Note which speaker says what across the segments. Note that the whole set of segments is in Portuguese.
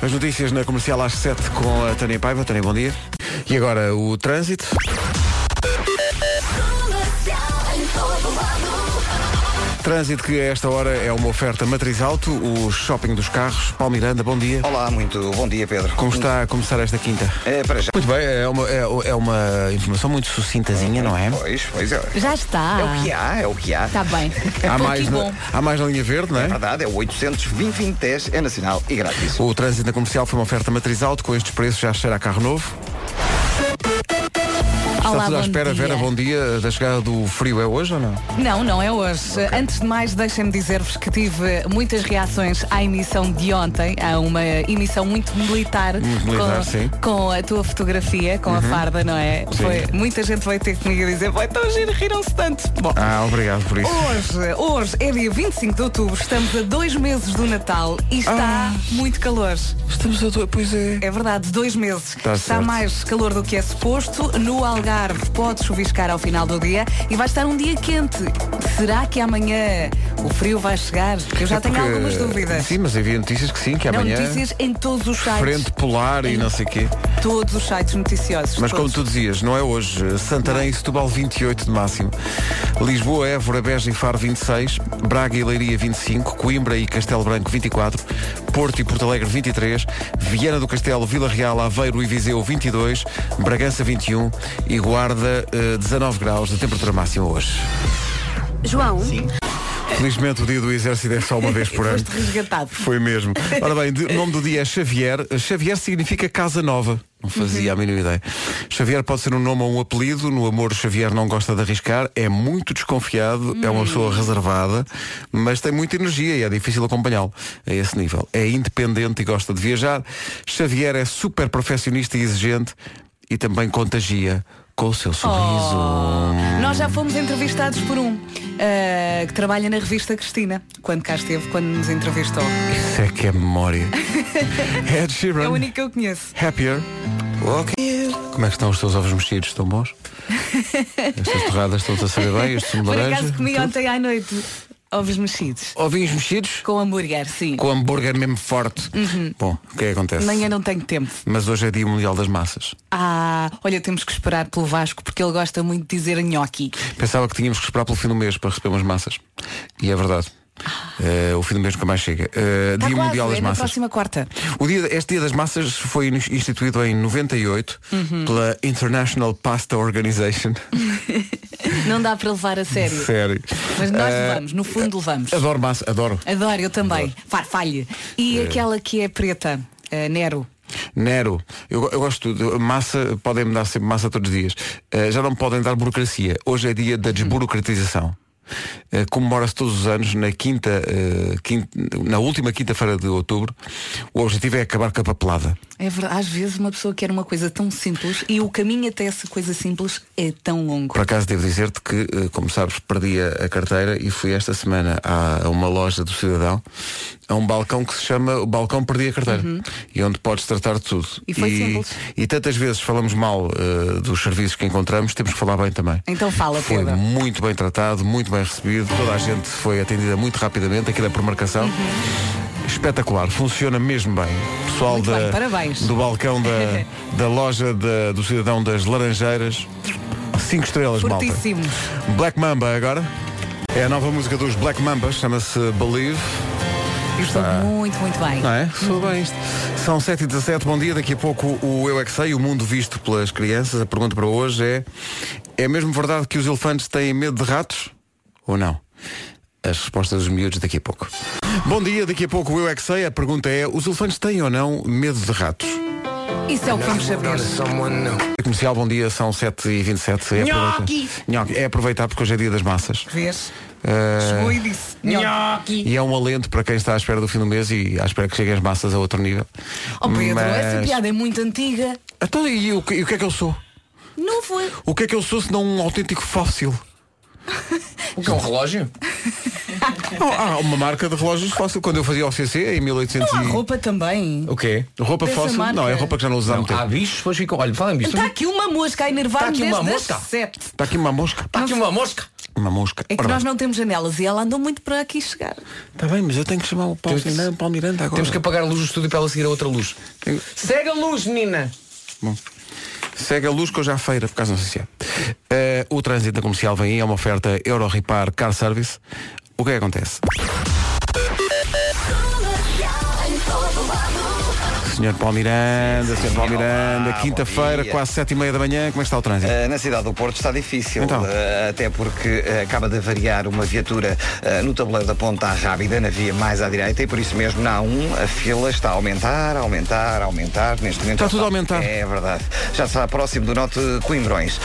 Speaker 1: As notícias na comercial às 7 com a Tânia Paiva. Tânia, bom dia. E agora o trânsito. Trânsito que a esta hora é uma oferta matriz alto, o shopping dos carros. Paulo Miranda, bom dia.
Speaker 2: Olá, muito bom dia, Pedro.
Speaker 1: Como está a começar esta quinta?
Speaker 2: É, para já.
Speaker 1: Muito bem, é uma, é, é uma informação muito sucintazinha, não é?
Speaker 2: Pois, pois é.
Speaker 3: Já está.
Speaker 2: É o que há, é o que há.
Speaker 3: Está bem.
Speaker 1: Há mais,
Speaker 3: que
Speaker 1: na,
Speaker 3: bom.
Speaker 1: há mais na linha verde, não
Speaker 2: É
Speaker 1: é?
Speaker 2: verdade, é o 800 2010 é nacional e grátis.
Speaker 1: O trânsito na comercial foi uma oferta matriz alto, com estes preços já cheira a carro novo. Está
Speaker 3: Olá,
Speaker 1: tudo à
Speaker 3: bom
Speaker 1: espera,
Speaker 3: dia.
Speaker 1: Vera, bom dia. Da chegada do frio é hoje ou não?
Speaker 3: Não, não é hoje. Antes de mais, deixem-me dizer-vos que tive muitas reações à emissão de ontem, a uma emissão muito militar,
Speaker 1: Muito militar,
Speaker 3: com,
Speaker 1: sim. Uhum.
Speaker 3: com a tua fotografia, com a farda, não é? Foi, muita gente veio ter comigo a dizer, vai tão giro, riram-se tanto. Bom,
Speaker 1: Ah, obrigado por isso.
Speaker 3: Hoje, hoje é dia 25 de outubro, estamos a dois meses do Natal e está muito calor.
Speaker 1: Ah. Estamos a dois, pois é.
Speaker 3: É verdade, dois meses.
Speaker 1: Está
Speaker 3: está
Speaker 1: certo.
Speaker 3: mais calor do que é suposto. No Algarve pode chuviscar ao final do dia e vai estar um dia quente. Será que amanhã o frio vai chegar? Eu já
Speaker 1: É
Speaker 3: tenho
Speaker 1: porque-
Speaker 3: algumas dúvidas.
Speaker 1: Sim, mas havia notícias que sim, que
Speaker 3: Não,
Speaker 1: amanhã.
Speaker 3: notícias em todos os sites.
Speaker 1: Frente polar e não sei o quê.
Speaker 3: Todos os sites noticiosos.
Speaker 1: Mas como
Speaker 3: todos.
Speaker 1: tu dizias, não é hoje. Santarém e Setúbal 28 de máximo. Lisboa, Évora, Beja e Faro 26. Braga e Leiria 25. Coimbra e Castelo Branco 24. Porto e Porto Alegre 23. Viana do Castelo, Vila Real, Aveiro e Viseu 22. Bragança 21. E Guarda eh, 19 graus de temperatura máxima hoje.
Speaker 4: João,
Speaker 1: Felizmente o dia do exército é só uma vez por ano.
Speaker 3: Foste resgatado.
Speaker 1: Foi mesmo. Ora bem, de- o nome do dia é Xavier. Xavier significa casa nova. Não fazia a mínima ideia. Xavier pode ser um nome ou um apelido. No amor, Xavier não gosta de arriscar. É muito desconfiado. É uma pessoa reservada. Mas tem muita energia e é difícil acompanhá-lo a esse nível. É independente e gosta de viajar. Xavier é super profissionista e exigente. E também contagia com o seu sorriso.
Speaker 3: Nós já fomos entrevistados por um ah, que trabalha na revista Cristina, quando cá esteve, quando nos entrevistou.
Speaker 1: Isso é que é memória. Ed Sheeran.
Speaker 3: É o único que eu conheço.
Speaker 1: Happier. Como é que estão os teus ovos mexidos? Estão bons? Estas torradas estão-te a saber bem? Este sumo de
Speaker 3: Por
Speaker 1: laranja?
Speaker 3: acaso comi ontem à noite ovos mexidos.
Speaker 1: Ovinhos mexidos?
Speaker 3: Com hambúrguer, sim.
Speaker 1: Com hambúrguer mesmo forte.
Speaker 3: Uhum.
Speaker 1: Bom, o que é que acontece?
Speaker 3: Amanhã não tenho tempo.
Speaker 1: Mas hoje é dia mundial das massas.
Speaker 3: Ah, olha, temos que esperar pelo Vasco porque ele gosta muito de dizer nhoque.
Speaker 1: Pensava que tínhamos que esperar pelo fim do mês para receber umas massas. E é verdade. Eh, o fim do mês nunca mais chega. Eh,
Speaker 3: Ah. Tá
Speaker 1: dia
Speaker 3: quase,
Speaker 1: mundial das
Speaker 3: é na
Speaker 1: massas.
Speaker 3: próxima quarta.
Speaker 1: O dia, este Dia das Massas foi instituído em 98
Speaker 3: Uhum.
Speaker 1: pela International Pasta Organization.
Speaker 3: Não dá para levar a sério.
Speaker 1: Sério.
Speaker 3: Mas nós
Speaker 1: Eh,
Speaker 3: levamos, no fundo levamos.
Speaker 1: Adoro massa, adoro.
Speaker 3: Adoro, eu também. Farfalha. E aquela que é preta, eh, Nero.
Speaker 1: Nero, eu, go- eu gosto de tudo. Massa, podem-me dar sempre massa todos os dias. Eh, já não me podem dar burocracia. Hoje é dia
Speaker 3: Hum.
Speaker 1: da desburocratização. Eh, Comemora-se todos os anos na quinta, eh, quin- na última quinta-feira de outubro. O objetivo é acabar com a papelada.
Speaker 3: É verdade, às vezes uma pessoa quer uma coisa tão simples e o caminho até essa coisa simples é tão longo.
Speaker 1: Por acaso devo dizer-te que, eh, como sabes, perdi a a carteira e fui esta semana à- a uma loja do cidadão, a um balcão que se chama o Balcão Perdi a Carteira, e onde podes tratar de tudo.
Speaker 3: Uhum. E foi
Speaker 1: e,
Speaker 3: simples.
Speaker 1: e tantas vezes falamos mal eh, dos serviços que encontramos, temos que falar bem também.
Speaker 3: Então fala,
Speaker 1: Foi
Speaker 3: Pedro.
Speaker 1: muito bem tratado, muito bem recebido, toda a gente foi atendida muito rapidamente, aquilo é por marcação. Espetacular, funciona mesmo bem. Pessoal
Speaker 3: Uhum. Muito
Speaker 1: da,
Speaker 3: bem, parabéns.
Speaker 1: do balcão da, da loja da- do Cidadão das Laranjeiras. Cinco estrelas, malta.
Speaker 3: Fortíssimos.
Speaker 1: Black Mamba agora. É a nova música dos Black Mambas, chama-se Believe.
Speaker 3: Eu Estou muito, muito bem.
Speaker 1: Não é? Sou bem isto. São 7 e 17 bom dia. Daqui a pouco o Eu É Que Sei, o mundo visto pelas crianças. A pergunta para hoje é: é mesmo verdade que os elefantes têm medo de ratos? Ou não? As respostas dos miúdos daqui a pouco. Bom dia, daqui a pouco o Eu É Que Sei. A pergunta é: os elefantes têm ou não medo de ratos?
Speaker 3: Isso é o que vamos saber.
Speaker 1: Comercial, bom dia, são 7 e 27 é aproveitar, Nhoque, é aproveitar porque hoje é dia das massas.
Speaker 3: Vês?
Speaker 5: Ah.
Speaker 1: Eh,
Speaker 3: Chegou e disse. Nhoque.
Speaker 1: E é um alento para quem está à espera do fim do mês e à espera que cheguem as massas a outro nível.
Speaker 3: Oh Pedro, essa
Speaker 1: Mas-
Speaker 3: piada é muito antiga.
Speaker 1: Então, e o, que, e o que é que eu sou?
Speaker 3: Não foi.
Speaker 1: O que é que eu sou se não um autêntico fóssil?
Speaker 5: O que é um relógio?
Speaker 1: Não, há uma marca de relógios fóssil. Quando eu fazia o CC em 1800
Speaker 3: Não há
Speaker 1: e...
Speaker 3: roupa também.
Speaker 5: O quê?
Speaker 1: Roupa
Speaker 3: Dessa
Speaker 1: fóssil?
Speaker 3: marca.
Speaker 1: Não, é roupa que já não usamos
Speaker 5: Há
Speaker 1: tempo.
Speaker 5: bichos, depois ficam. Olha, falem bicho.
Speaker 3: Está aqui uma mosca a enervar-me
Speaker 5: Está
Speaker 3: desde
Speaker 5: aqui uma
Speaker 3: as
Speaker 5: mosca?
Speaker 3: sete.
Speaker 1: Está aqui uma mosca.
Speaker 5: Está aqui uma mosca.
Speaker 1: Uma mosca.
Speaker 3: É que
Speaker 1: Ora
Speaker 3: nós
Speaker 1: bem.
Speaker 3: não temos janelas e ela andou muito para aqui chegar.
Speaker 1: Está Tá bem, mas eu tenho que chamar o Paulo,
Speaker 5: Temos que-
Speaker 1: Miranda, Paulo Miranda agora.
Speaker 5: Temos que apagar a luz do estúdio para ela seguir a outra luz.
Speaker 1: Tem-
Speaker 5: Segue a luz, menina!
Speaker 1: Bom. Segue a luz que hoje há feira, por causa não sei se é. Eh, o trânsito da comercial vem aí, é uma oferta Euro Repar Car Service. O que é que acontece? Senhor Paulo Miranda, Sr. Paulo Miranda,
Speaker 2: Olá,
Speaker 1: quinta-feira,
Speaker 2: bom dia.
Speaker 1: quase sete e meia da manhã, como é que está o trânsito?
Speaker 2: Uh, na cidade do Porto está difícil,
Speaker 1: Então.
Speaker 2: uh, até porque uh, acaba de avariar uma viatura uh, no tabuleiro da Ponta à Rábida, na via mais à direita, e por isso mesmo na A1 a fila está a aumentar, a aumentar, a aumentar. Neste momento
Speaker 1: Está
Speaker 2: já
Speaker 1: tudo a aumentar.
Speaker 2: É verdade. Já está próximo do norte de Coimbrões. Uh,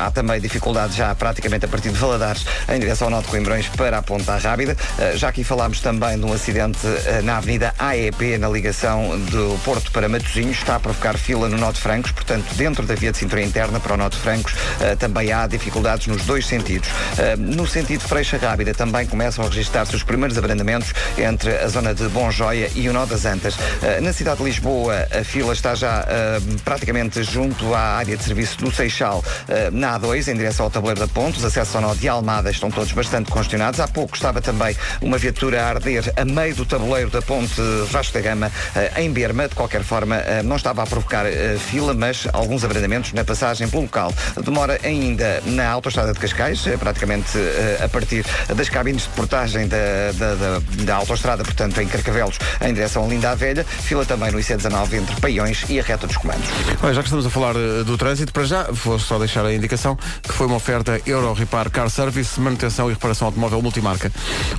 Speaker 2: há também dificuldade já praticamente a partir de Valadares em direção ao norte de Coimbrões para a Ponta à Rábida. Uh, já aqui falámos também de um acidente uh, na Avenida AEP, na ligação do Porto para Matosinhos. Está a provocar fila no Norte Francos, portanto, dentro da via de cintura interna para o Norte Francos eh, também há dificuldades nos dois sentidos. Eh, no sentido Freixa Rábida também começam a registrar-se os primeiros abrandamentos entre a zona de Bom Joia e o Nó das Antas. Eh, na cidade de Lisboa, a fila está já eh, praticamente junto à área de serviço do Seixal, eh, na A2, em direção ao tabuleiro da Ponte. Os acessos ao Nó de Almada estão todos bastante congestionados. Há pouco estava também uma viatura a arder a meio do tabuleiro da Ponte Vasco da Gama, eh, em Berma. De qualquer forma, eh, não estava a provocar eh, fila, mas alguns abrandamentos na passagem pelo local. Demora ainda na autoestrada de Cascais, eh, praticamente eh, a partir das cabines de portagem da, da, da- da autoestrada, portanto, em Carcavelos, em direção a Linda a Velha. Fila também no IC19 entre Paiões e a reta dos comandos.
Speaker 1: Olha, já que estamos a falar eh, do trânsito, para já vou só deixar a indicação que foi uma oferta Euro Repar Car Service, manutenção e reparação automóvel multimarca.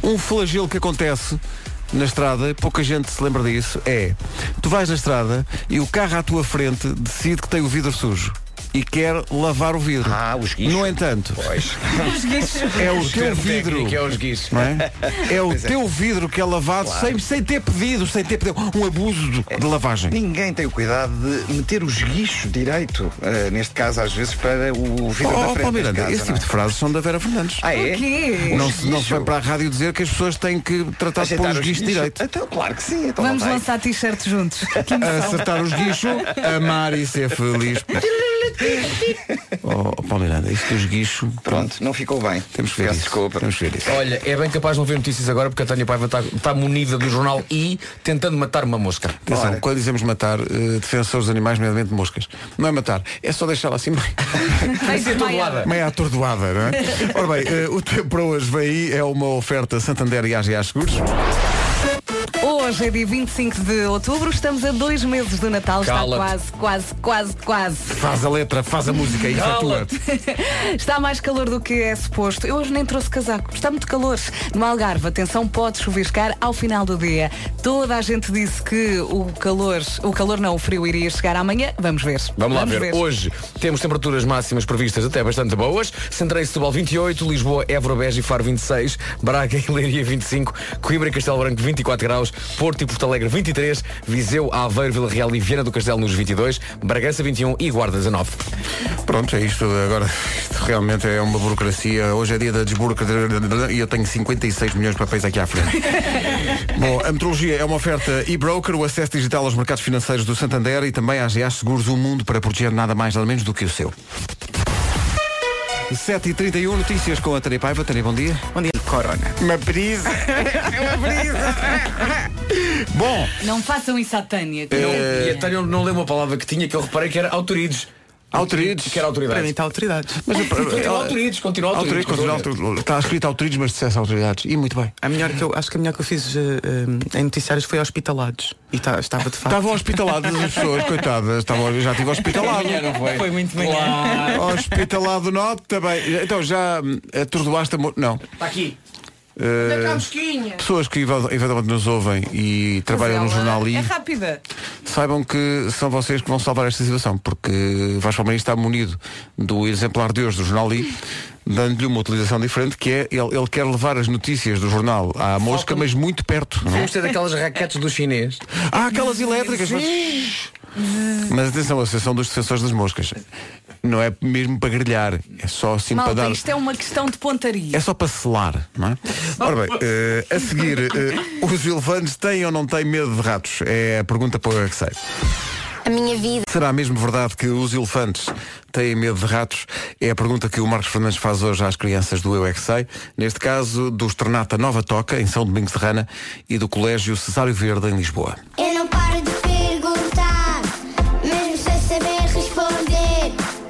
Speaker 1: Um flagelo que acontece na estrada, pouca gente se lembra disso, é tu vais na estrada e o carro à tua frente decide que tem o vidro sujo e quer lavar o vidro.
Speaker 2: Ah, os guichos.
Speaker 1: No entanto,
Speaker 2: Pois.
Speaker 1: é o teu
Speaker 5: Termo
Speaker 1: vidro.
Speaker 5: técnico É os guis.
Speaker 1: Não é? É o teu vidro que é lavado sem, sem ter pedido, sem ter pedido, um abuso de, de lavagem.
Speaker 2: Ninguém tem o cuidado de meter os guichos direito, eh, neste caso, às vezes, para o vidro da
Speaker 1: Oh,
Speaker 2: frente.
Speaker 1: Paulo
Speaker 2: de
Speaker 1: Miranda,
Speaker 2: casa,
Speaker 1: esse
Speaker 2: não
Speaker 1: tipo
Speaker 2: é?
Speaker 1: de frases são da Vera Fernandes.
Speaker 2: Ah, é?
Speaker 3: O quê?
Speaker 1: Não se, não se vai
Speaker 2: Isso.
Speaker 1: para a rádio dizer que as pessoas têm que tratar de pôr
Speaker 2: Ajeitar
Speaker 1: os guichos
Speaker 2: guichos?
Speaker 1: direito.
Speaker 2: Então, claro que sim. Então
Speaker 3: Vamos
Speaker 2: não vai.
Speaker 3: lançar um t-shirts juntos. Que emoção.
Speaker 1: Acertar os guichos, amar e ser feliz. oh, Paulo Miranda, isso dos guichos.
Speaker 2: Pronto, não ficou bem.
Speaker 1: Temos que ver
Speaker 2: Peço
Speaker 1: isso.
Speaker 2: desculpa.
Speaker 1: Temos que ver isso.
Speaker 5: Olha, é bem capaz de não ver notícias agora porque a Tânia Paiva está, está munida do jornal I tentando matar uma mosca.
Speaker 1: Atenção,
Speaker 2: Ora.
Speaker 1: quando dizemos matar, eh, defensores de animais, nomeadamente moscas, não é matar, é só deixá-la assim meio-
Speaker 3: Ai,
Speaker 5: Isso é
Speaker 3: desmaiada.
Speaker 5: todo lado.
Speaker 1: meio atordoada, não é? Ora bem, eh, o tempo para hoje vem aí, é uma oferta Santander e AGA Seguros.
Speaker 3: Hoje é dia 25 de outubro, estamos a dois meses do Natal,
Speaker 5: Cala-te.
Speaker 3: está quase, quase, quase, quase.
Speaker 1: Faz a letra, faz a música e efetua.
Speaker 5: Cala-te.
Speaker 3: Está mais calor do que é suposto. Eu hoje nem trouxe casaco. Está muito calor. No Algarve, atenção, pode chuviscar ao final do dia. Toda a gente disse que o calor, o calor não, o frio iria chegar amanhã. Vamos ver.
Speaker 5: Vamos lá ver. Hoje temos temperaturas máximas previstas até bastante boas. Santarém e Setúbal 28, Lisboa, Évora, Beja e Faro 26, Braga e Leiria 25, Coimbra e Castelo Branco 24 graus, Porto e Porto Alegre 23, Viseu, Aveiro, Vila Real e Viana do Castelo nos 22, Bragança 21 e Guarda 19.
Speaker 1: Pronto, é isto. Agora, isto realmente é uma burocracia. Hoje é dia da desburocratização e eu tenho 56 milhões de papéis aqui à frente. Bom, a metrologia é uma oferta e-broker, o acesso digital aos mercados financeiros do Santander e também à GA Seguros, o mundo para proteger nada mais nada menos do que o seu. 7h31, notícias com a Tânia Paiva. Tânia, bom dia.
Speaker 4: Bom dia, Corona.
Speaker 1: Uma brisa.
Speaker 3: É
Speaker 1: Uma brisa. Bom, eh,
Speaker 3: Não façam isso à Tânia.
Speaker 1: É,
Speaker 5: E a Tânia não leu uma palavra que tinha que eu reparei que era autorides.
Speaker 1: Autorides. tá
Speaker 5: Que era
Speaker 4: Para mim
Speaker 5: autoridade.
Speaker 4: está autoridade.
Speaker 1: mas...
Speaker 5: Continua autorides, continua
Speaker 1: Autoridades,
Speaker 5: autorides.
Speaker 1: continua autoridades. Está escrito autoridades, mas dissesse autoridades. E muito bem.
Speaker 4: A melhor que eu, acho que a melhor que eu fiz eh, eh, em noticiários foi hospitalados. E tá- estava de facto.
Speaker 1: Estavam hospitaladas as pessoas, coitadas. Estavam, eu já estive hospitalado.
Speaker 4: Foi muito bem.
Speaker 1: Hospitalado norte também. Então já hum, atordoaste a mo- Não.
Speaker 3: Tá
Speaker 1: Eh,
Speaker 5: Está aqui.
Speaker 1: Pessoas que evadu- eventualmente nos ouvem e trabalham no jornal e
Speaker 3: É rápida.
Speaker 1: saibam que são vocês que vão salvar esta situação, porque Vasco Almeida está munido do exemplar de hoje do jornal I, dando-lhe uma utilização diferente, que é ele, ele quer levar as notícias do jornal à mosca, mas muito perto. não é?
Speaker 5: Vamos ter daquelas raquetes do chinês.
Speaker 1: Há Ah, aquelas elétricas, mas... mas atenção, a Associação dos Defensores das Moscas. Não é mesmo para grelhar, é só assim
Speaker 3: Malta,
Speaker 1: para dar.
Speaker 3: isto é uma questão de
Speaker 1: É
Speaker 3: pontaria.
Speaker 1: só para selar, não é? Ora bem, eh, a seguir, eh, os elefantes têm ou não têm medo de ratos? É a pergunta para o Eu é que sei.
Speaker 6: A minha vida.
Speaker 1: Será mesmo verdade que os elefantes têm medo de ratos? É a pergunta que o Marcos Fernandes faz hoje às crianças do Eu é Que Sei. Neste caso, do Estrenata Nova Toca, em São Domingos de Rana, e do Colégio Cesário Verde, em Lisboa.
Speaker 7: Eu não paro de perguntar, mesmo sem saber responder.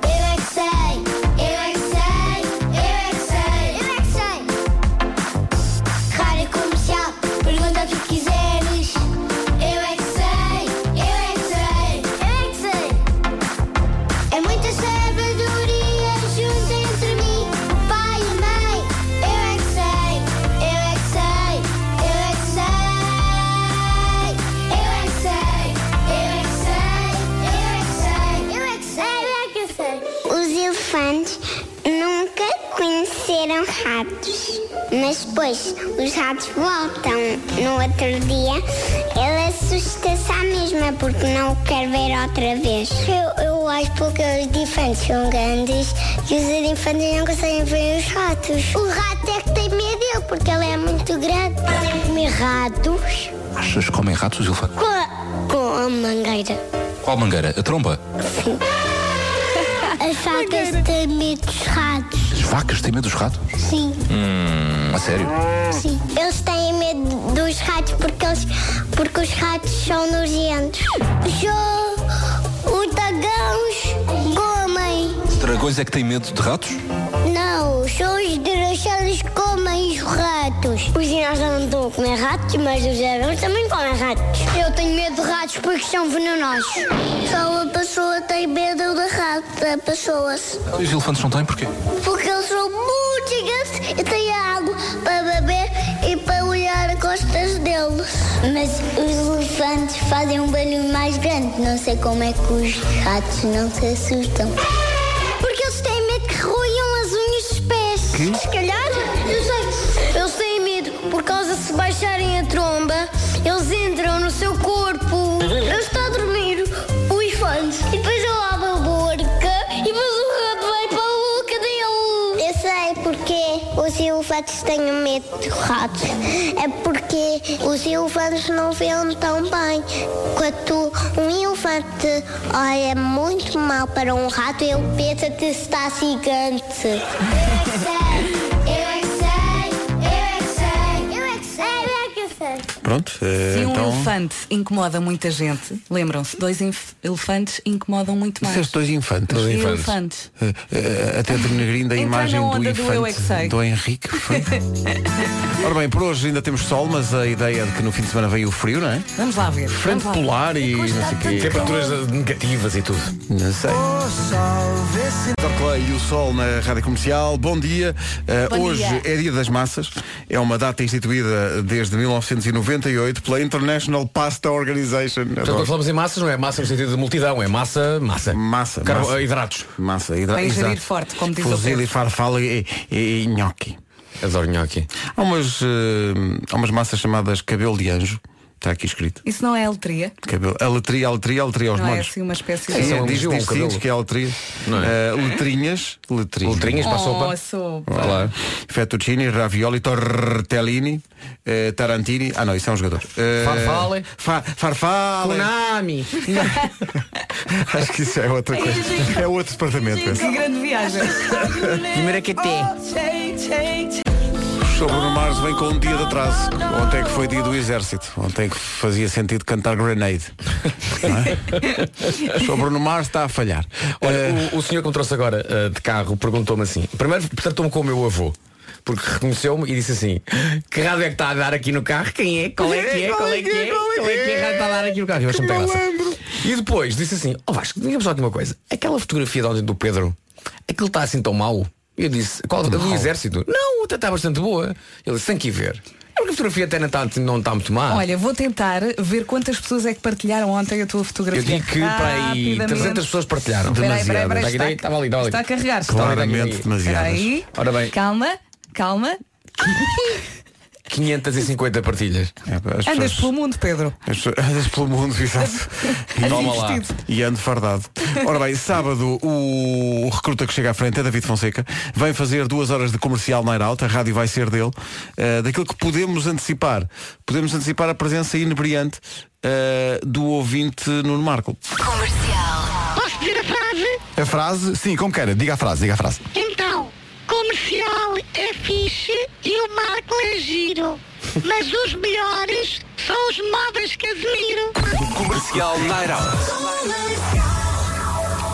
Speaker 7: Eu é que sei, eu é que sei, eu é que sei, eu é que sei. Rádio comercial, pergunta o que quiseres. Eu é que sei, eu é que sei, eu é que sei. É muita sabedoria junto entre mim, o pai e a mãe. Eu é que sei, eu é que sei, eu é que sei. Eu é que sei, eu é que sei, eu é que sei, eu é que sei, eu é que sei.
Speaker 8: Os elefantes nunca conheceram ratos, mas depois os ratos voltam no outro dia. Ele assusta-se à mesma porque não o quer ver outra vez. Eu, eu acho porque os elefantes são grandes e os elefantes não conseguem ver os ratos. O rato é que tem medo dele porque ele é muito grande. Podem comer ratos
Speaker 9: As pessoas comem ratos, os elefantes.
Speaker 8: com a, com a mangueira.
Speaker 9: Qual mangueira? A tromba?
Speaker 8: As facas têm medo dos ratos.
Speaker 9: As vacas têm medo dos ratos?
Speaker 8: Sim.
Speaker 9: Hum, a sério?
Speaker 8: Sim. Eles têm medo dos ratos porque, eles, porque os ratos são nojentos. os dragões comem.
Speaker 9: Os dragões é que têm medo de ratos?
Speaker 8: Não, só os dragões comem os ratos. Os dinossauros não estão a comer ratos, mas os dragões também comem ratos. Eu tenho medo de ratos porque são venenosos. Só a pessoa tem medo de ratos, da pessoa.
Speaker 9: E Os elefantes Então, não têm porquê?
Speaker 8: Porque eles são muito gigantes e têm água para beber e para olhar as costas deles. Mas os elefantes fazem um barulho mais grande. Não sei como é que os ratos não se assustam. Porque eles têm medo que roiam as unhas dos pés. Se calhar, eu sei. Eles têm medo por causa de se baixarem a tromba, eles entram no seu corpo. Ele está a dormir, o elefante, e depois ele abre a boca e depois o rato vai para a boca dele. Eu sei porque os elefantes têm medo de ratos. É porque os elefantes não veem tão bem. Quando um elefante olha é muito mal para um rato, ele pensa que está gigante. É
Speaker 7: Eu é que sei, eu é que sei, eu é que sei, eu é que sei.
Speaker 1: Pronto, eh,
Speaker 3: Se um
Speaker 1: então...
Speaker 3: elefante incomoda muita gente, lembram-se, dois inf- elefantes incomodam muito mais.
Speaker 1: Disseste é dois infantes.
Speaker 3: E
Speaker 5: infantes.
Speaker 3: elefantes.
Speaker 1: Eh, eh, até denegrindo a
Speaker 3: Entra
Speaker 1: imagem
Speaker 3: na
Speaker 1: do
Speaker 3: onda do Eu é que
Speaker 1: infante
Speaker 3: sei.
Speaker 1: do Henrique. foi? Ora bem, por hoje ainda temos sol, mas a ideia é de que no fim de semana veio o frio, não é?
Speaker 3: Vamos lá ver.
Speaker 1: Frente
Speaker 3: vamos lá.
Speaker 1: polar e não sei o quê.
Speaker 5: Temperaturas negativas e tudo.
Speaker 1: Não sei.
Speaker 3: Oh,
Speaker 1: Dr. Clay e o Sol na Rádio Comercial. Bom dia. Uh,
Speaker 3: Bom
Speaker 1: hoje
Speaker 3: dia.
Speaker 1: é Dia das Massas. É uma data instituída desde 1998 pela International Pasta Organization.
Speaker 5: Portanto,
Speaker 1: Adoro.
Speaker 5: quando falamos em massas, não é massa no sentido de multidão, é massa, massa.
Speaker 1: Massa,
Speaker 5: Carbo-
Speaker 1: massa.
Speaker 5: Hidratos.
Speaker 1: Massa, hidra...
Speaker 3: Para ingerir
Speaker 1: exato.
Speaker 3: forte, como diz o
Speaker 1: Fuzile,
Speaker 3: Pedro.
Speaker 1: farfala e, e, e nhoque.
Speaker 5: Adoro nhoque.
Speaker 1: Há umas, eh, há umas massas chamadas cabelo de anjo. Está aqui escrito.
Speaker 3: Isso não é letria?
Speaker 1: Cabelo. Aletria, aletria, aletria aos
Speaker 3: Não é
Speaker 1: molhos.
Speaker 3: assim uma espécie
Speaker 1: Sim,
Speaker 3: de.
Speaker 5: Isso é um
Speaker 1: diz,
Speaker 5: anjo ou um
Speaker 1: diz- diz
Speaker 5: cabelo?
Speaker 1: que é aletria.
Speaker 5: Não é?
Speaker 1: Eh, letrinhas. Letrinhas.
Speaker 5: Letrinhas para a sopa.
Speaker 3: Oh, sou.
Speaker 5: Claro.
Speaker 1: Fettuccini, ravioli, tortellini, eh, tarantini. Ah, não, isso é um jogador. Eh,
Speaker 5: Farfalle.
Speaker 1: fa- farfalle.
Speaker 5: Konami.
Speaker 1: Acho que isso é outra coisa. É outro departamento. esse.
Speaker 3: Que grande viagem.
Speaker 4: Primeiro é que tem.
Speaker 1: Sobre Bruno Mars vem com um dia de atraso. Ontem é que foi dia do exército. Ontem é que fazia sentido cantar Grenade. Não é? Sobre Bruno Mars está a falhar. Eh,
Speaker 5: Olha, o, o senhor que me trouxe agora eh, de carro perguntou-me assim. Primeiro tratou-me com o meu avô. Porque reconheceu-me e disse assim Que rádio é que está a dar aqui no carro? Quem é? Qual é que é? Qual é que é? Qual é que é a rádio que está a dar aqui no carro? Eu achei muita graça E depois disse assim Ó Vasco, diga-me só aqui uma coisa Aquela fotografia de ontem do Pedro Aquilo está assim tão mau? Eu disse Qual a do exército? Não, até está bastante boa Ele disse, tem que ir ver É porque a fotografia até não está, não está muito má
Speaker 3: Olha, vou tentar ver quantas pessoas é que partilharam ontem a tua fotografia.
Speaker 5: Eu digo que para aí
Speaker 3: Rapidamente.
Speaker 5: 300 pessoas partilharam
Speaker 3: Peraí, peraí, peraí,
Speaker 5: Está aqui,
Speaker 3: está,
Speaker 5: está tá ali, está ali.
Speaker 3: está a carregar.
Speaker 5: Claro.
Speaker 1: claramente
Speaker 5: Olha
Speaker 1: demasiadas.
Speaker 3: Peraí.
Speaker 5: Ora bem.
Speaker 3: Calma, calma.
Speaker 5: 550 partilhas.
Speaker 1: É, pá, as
Speaker 3: Andas
Speaker 1: pessoas-
Speaker 3: pelo mundo, Pedro.
Speaker 1: as pessoas- Andas pelo mundo, exato. E-
Speaker 5: Toma lá.
Speaker 3: vestido.
Speaker 1: E ando fardado. Ora bem, sábado o recruta que chega à frente é David Fonseca. Vem fazer duas horas de comercial na Out, a rádio vai ser dele. Uh, daquilo que podemos antecipar. Podemos antecipar a presença inebriante uh, do ouvinte Nuno Marco.
Speaker 6: Comercial.
Speaker 10: Posso dizer a frase?
Speaker 11: A frase, sim, como queira, diga a frase, diga a frase.
Speaker 10: Então, comercial é fixe e o Marco é giro. Mas os melhores são os móveis Casemiro.
Speaker 9: Comercial Night Out.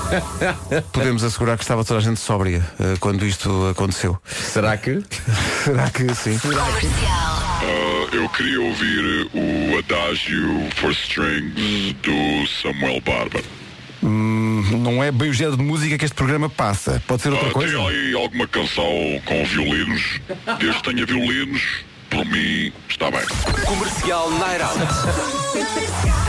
Speaker 1: Podemos assegurar que estava toda a gente sóbria uh, quando isto aconteceu.
Speaker 5: Será que?
Speaker 1: Será que sim?
Speaker 6: Comercial.
Speaker 11: Ah, eu queria ouvir eh, o adágio for strings do Samuel Barber. não é bem o género de música que este programa passa. Pode ser outra coisa? Ah, Tem aí alguma canção com violinos? Desde que tenha violinos, por mim, está bem.
Speaker 9: Comercial Night Out.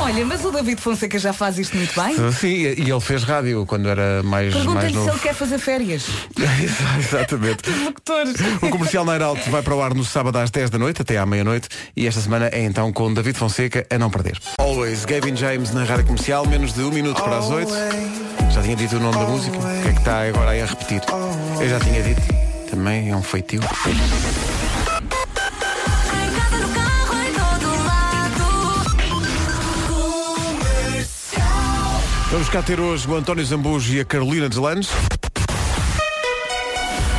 Speaker 3: Olha, mas o David Fonseca já faz isto muito bem.
Speaker 1: Sim, e ele fez rádio quando era mais, mais
Speaker 3: Pergunta-lhe se
Speaker 1: novo.
Speaker 3: ele quer fazer férias.
Speaker 1: Exatamente.
Speaker 3: Locutores.
Speaker 1: O comercial na Heraldo vai para o ar no sábado às 10 da noite, até à meia-noite, e esta semana é então com David Fonseca a não perder. Always, Gavin James na rádio comercial, menos de um minuto para as 8. Já tinha dito o nome da música, o que é que está agora aí a repetir? Eu já tinha dito, também é um feitio.
Speaker 6: Em casa, no carro, em todo lado. Comercial.
Speaker 1: Vamos cá ter hoje o António Zambujo e a Carolina Deslandes.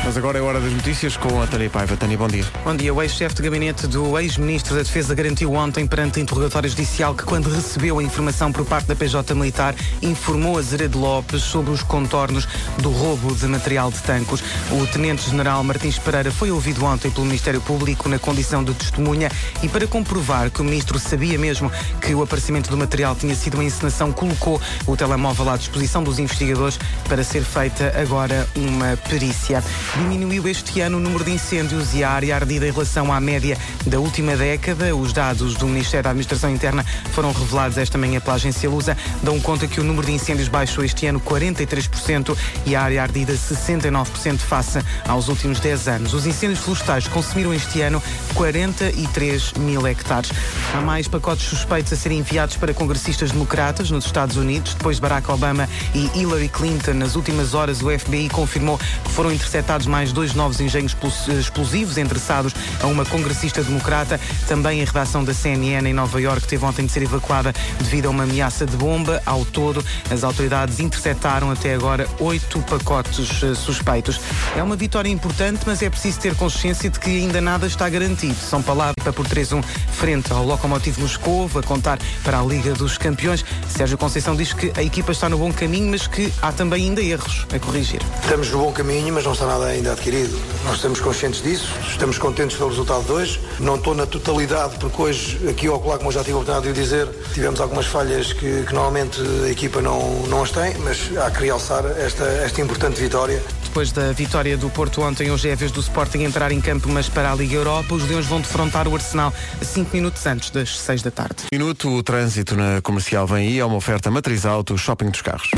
Speaker 1: Mas agora é hora das notícias com a Tânia Paiva. Tânia, bom dia.
Speaker 4: Bom dia. O ex-chefe de gabinete do ex-ministro da Defesa garantiu ontem perante interrogatório judicial que quando recebeu a informação por parte da PJ Militar informou a Zered Lopes sobre os contornos do roubo de material de tanques. O tenente-general Martins Pereira foi ouvido ontem pelo Ministério Público na condição de testemunha e para comprovar que o ministro sabia mesmo que o aparecimento do material tinha sido uma encenação, colocou o telemóvel à disposição dos investigadores para ser feita agora uma perícia. Diminuiu este ano o número de incêndios e a área ardida em relação à média da última década. Os dados do Ministério da Administração Interna foram revelados esta manhã pela agência Lusa. Dão conta que o número de incêndios baixou este ano 43% e a área ardida 69% face aos últimos 10 anos. Os incêndios florestais consumiram este ano 43 mil hectares. Há mais pacotes suspeitos a serem enviados para congressistas democratas nos Estados Unidos. Depois de Barack Obama e Hillary Clinton, nas últimas horas o FBI confirmou que foram interceptados mais dois novos engenhos plus- explosivos endereçados a uma congressista democrata. Também a redação da CNN em Nova Iorque teve ontem de ser evacuada devido a uma ameaça de bomba. Ao todo, as autoridades interceptaram até agora oito pacotes eh, suspeitos. É uma vitória importante, mas é preciso ter consciência de que ainda nada está garantido. São palavras por 3-1 frente ao Lokomotiv Moscovo, a contar para a Liga dos Campeões. Sérgio Conceição diz que a equipa está no bom caminho, mas que há também ainda erros a corrigir.
Speaker 11: Estamos no bom caminho, mas não está nada ainda adquirido. Nós estamos conscientes disso, estamos contentes pelo resultado de hoje. Não estou na totalidade, porque hoje, aqui ou lá, como eu já tive a oportunidade de o dizer, tivemos algumas falhas que, que normalmente a equipa não, não as tem, mas há que realçar esta, esta importante vitória.
Speaker 4: Depois da vitória do Porto ontem, hoje é a vez do Sporting entrar em campo, mas para a Liga Europa, os Leões vão defrontar o Arsenal cinco minutos antes das seis da tarde.
Speaker 1: Minuto, o trânsito na comercial vem aí, é uma oferta matriz alto, shopping dos carros.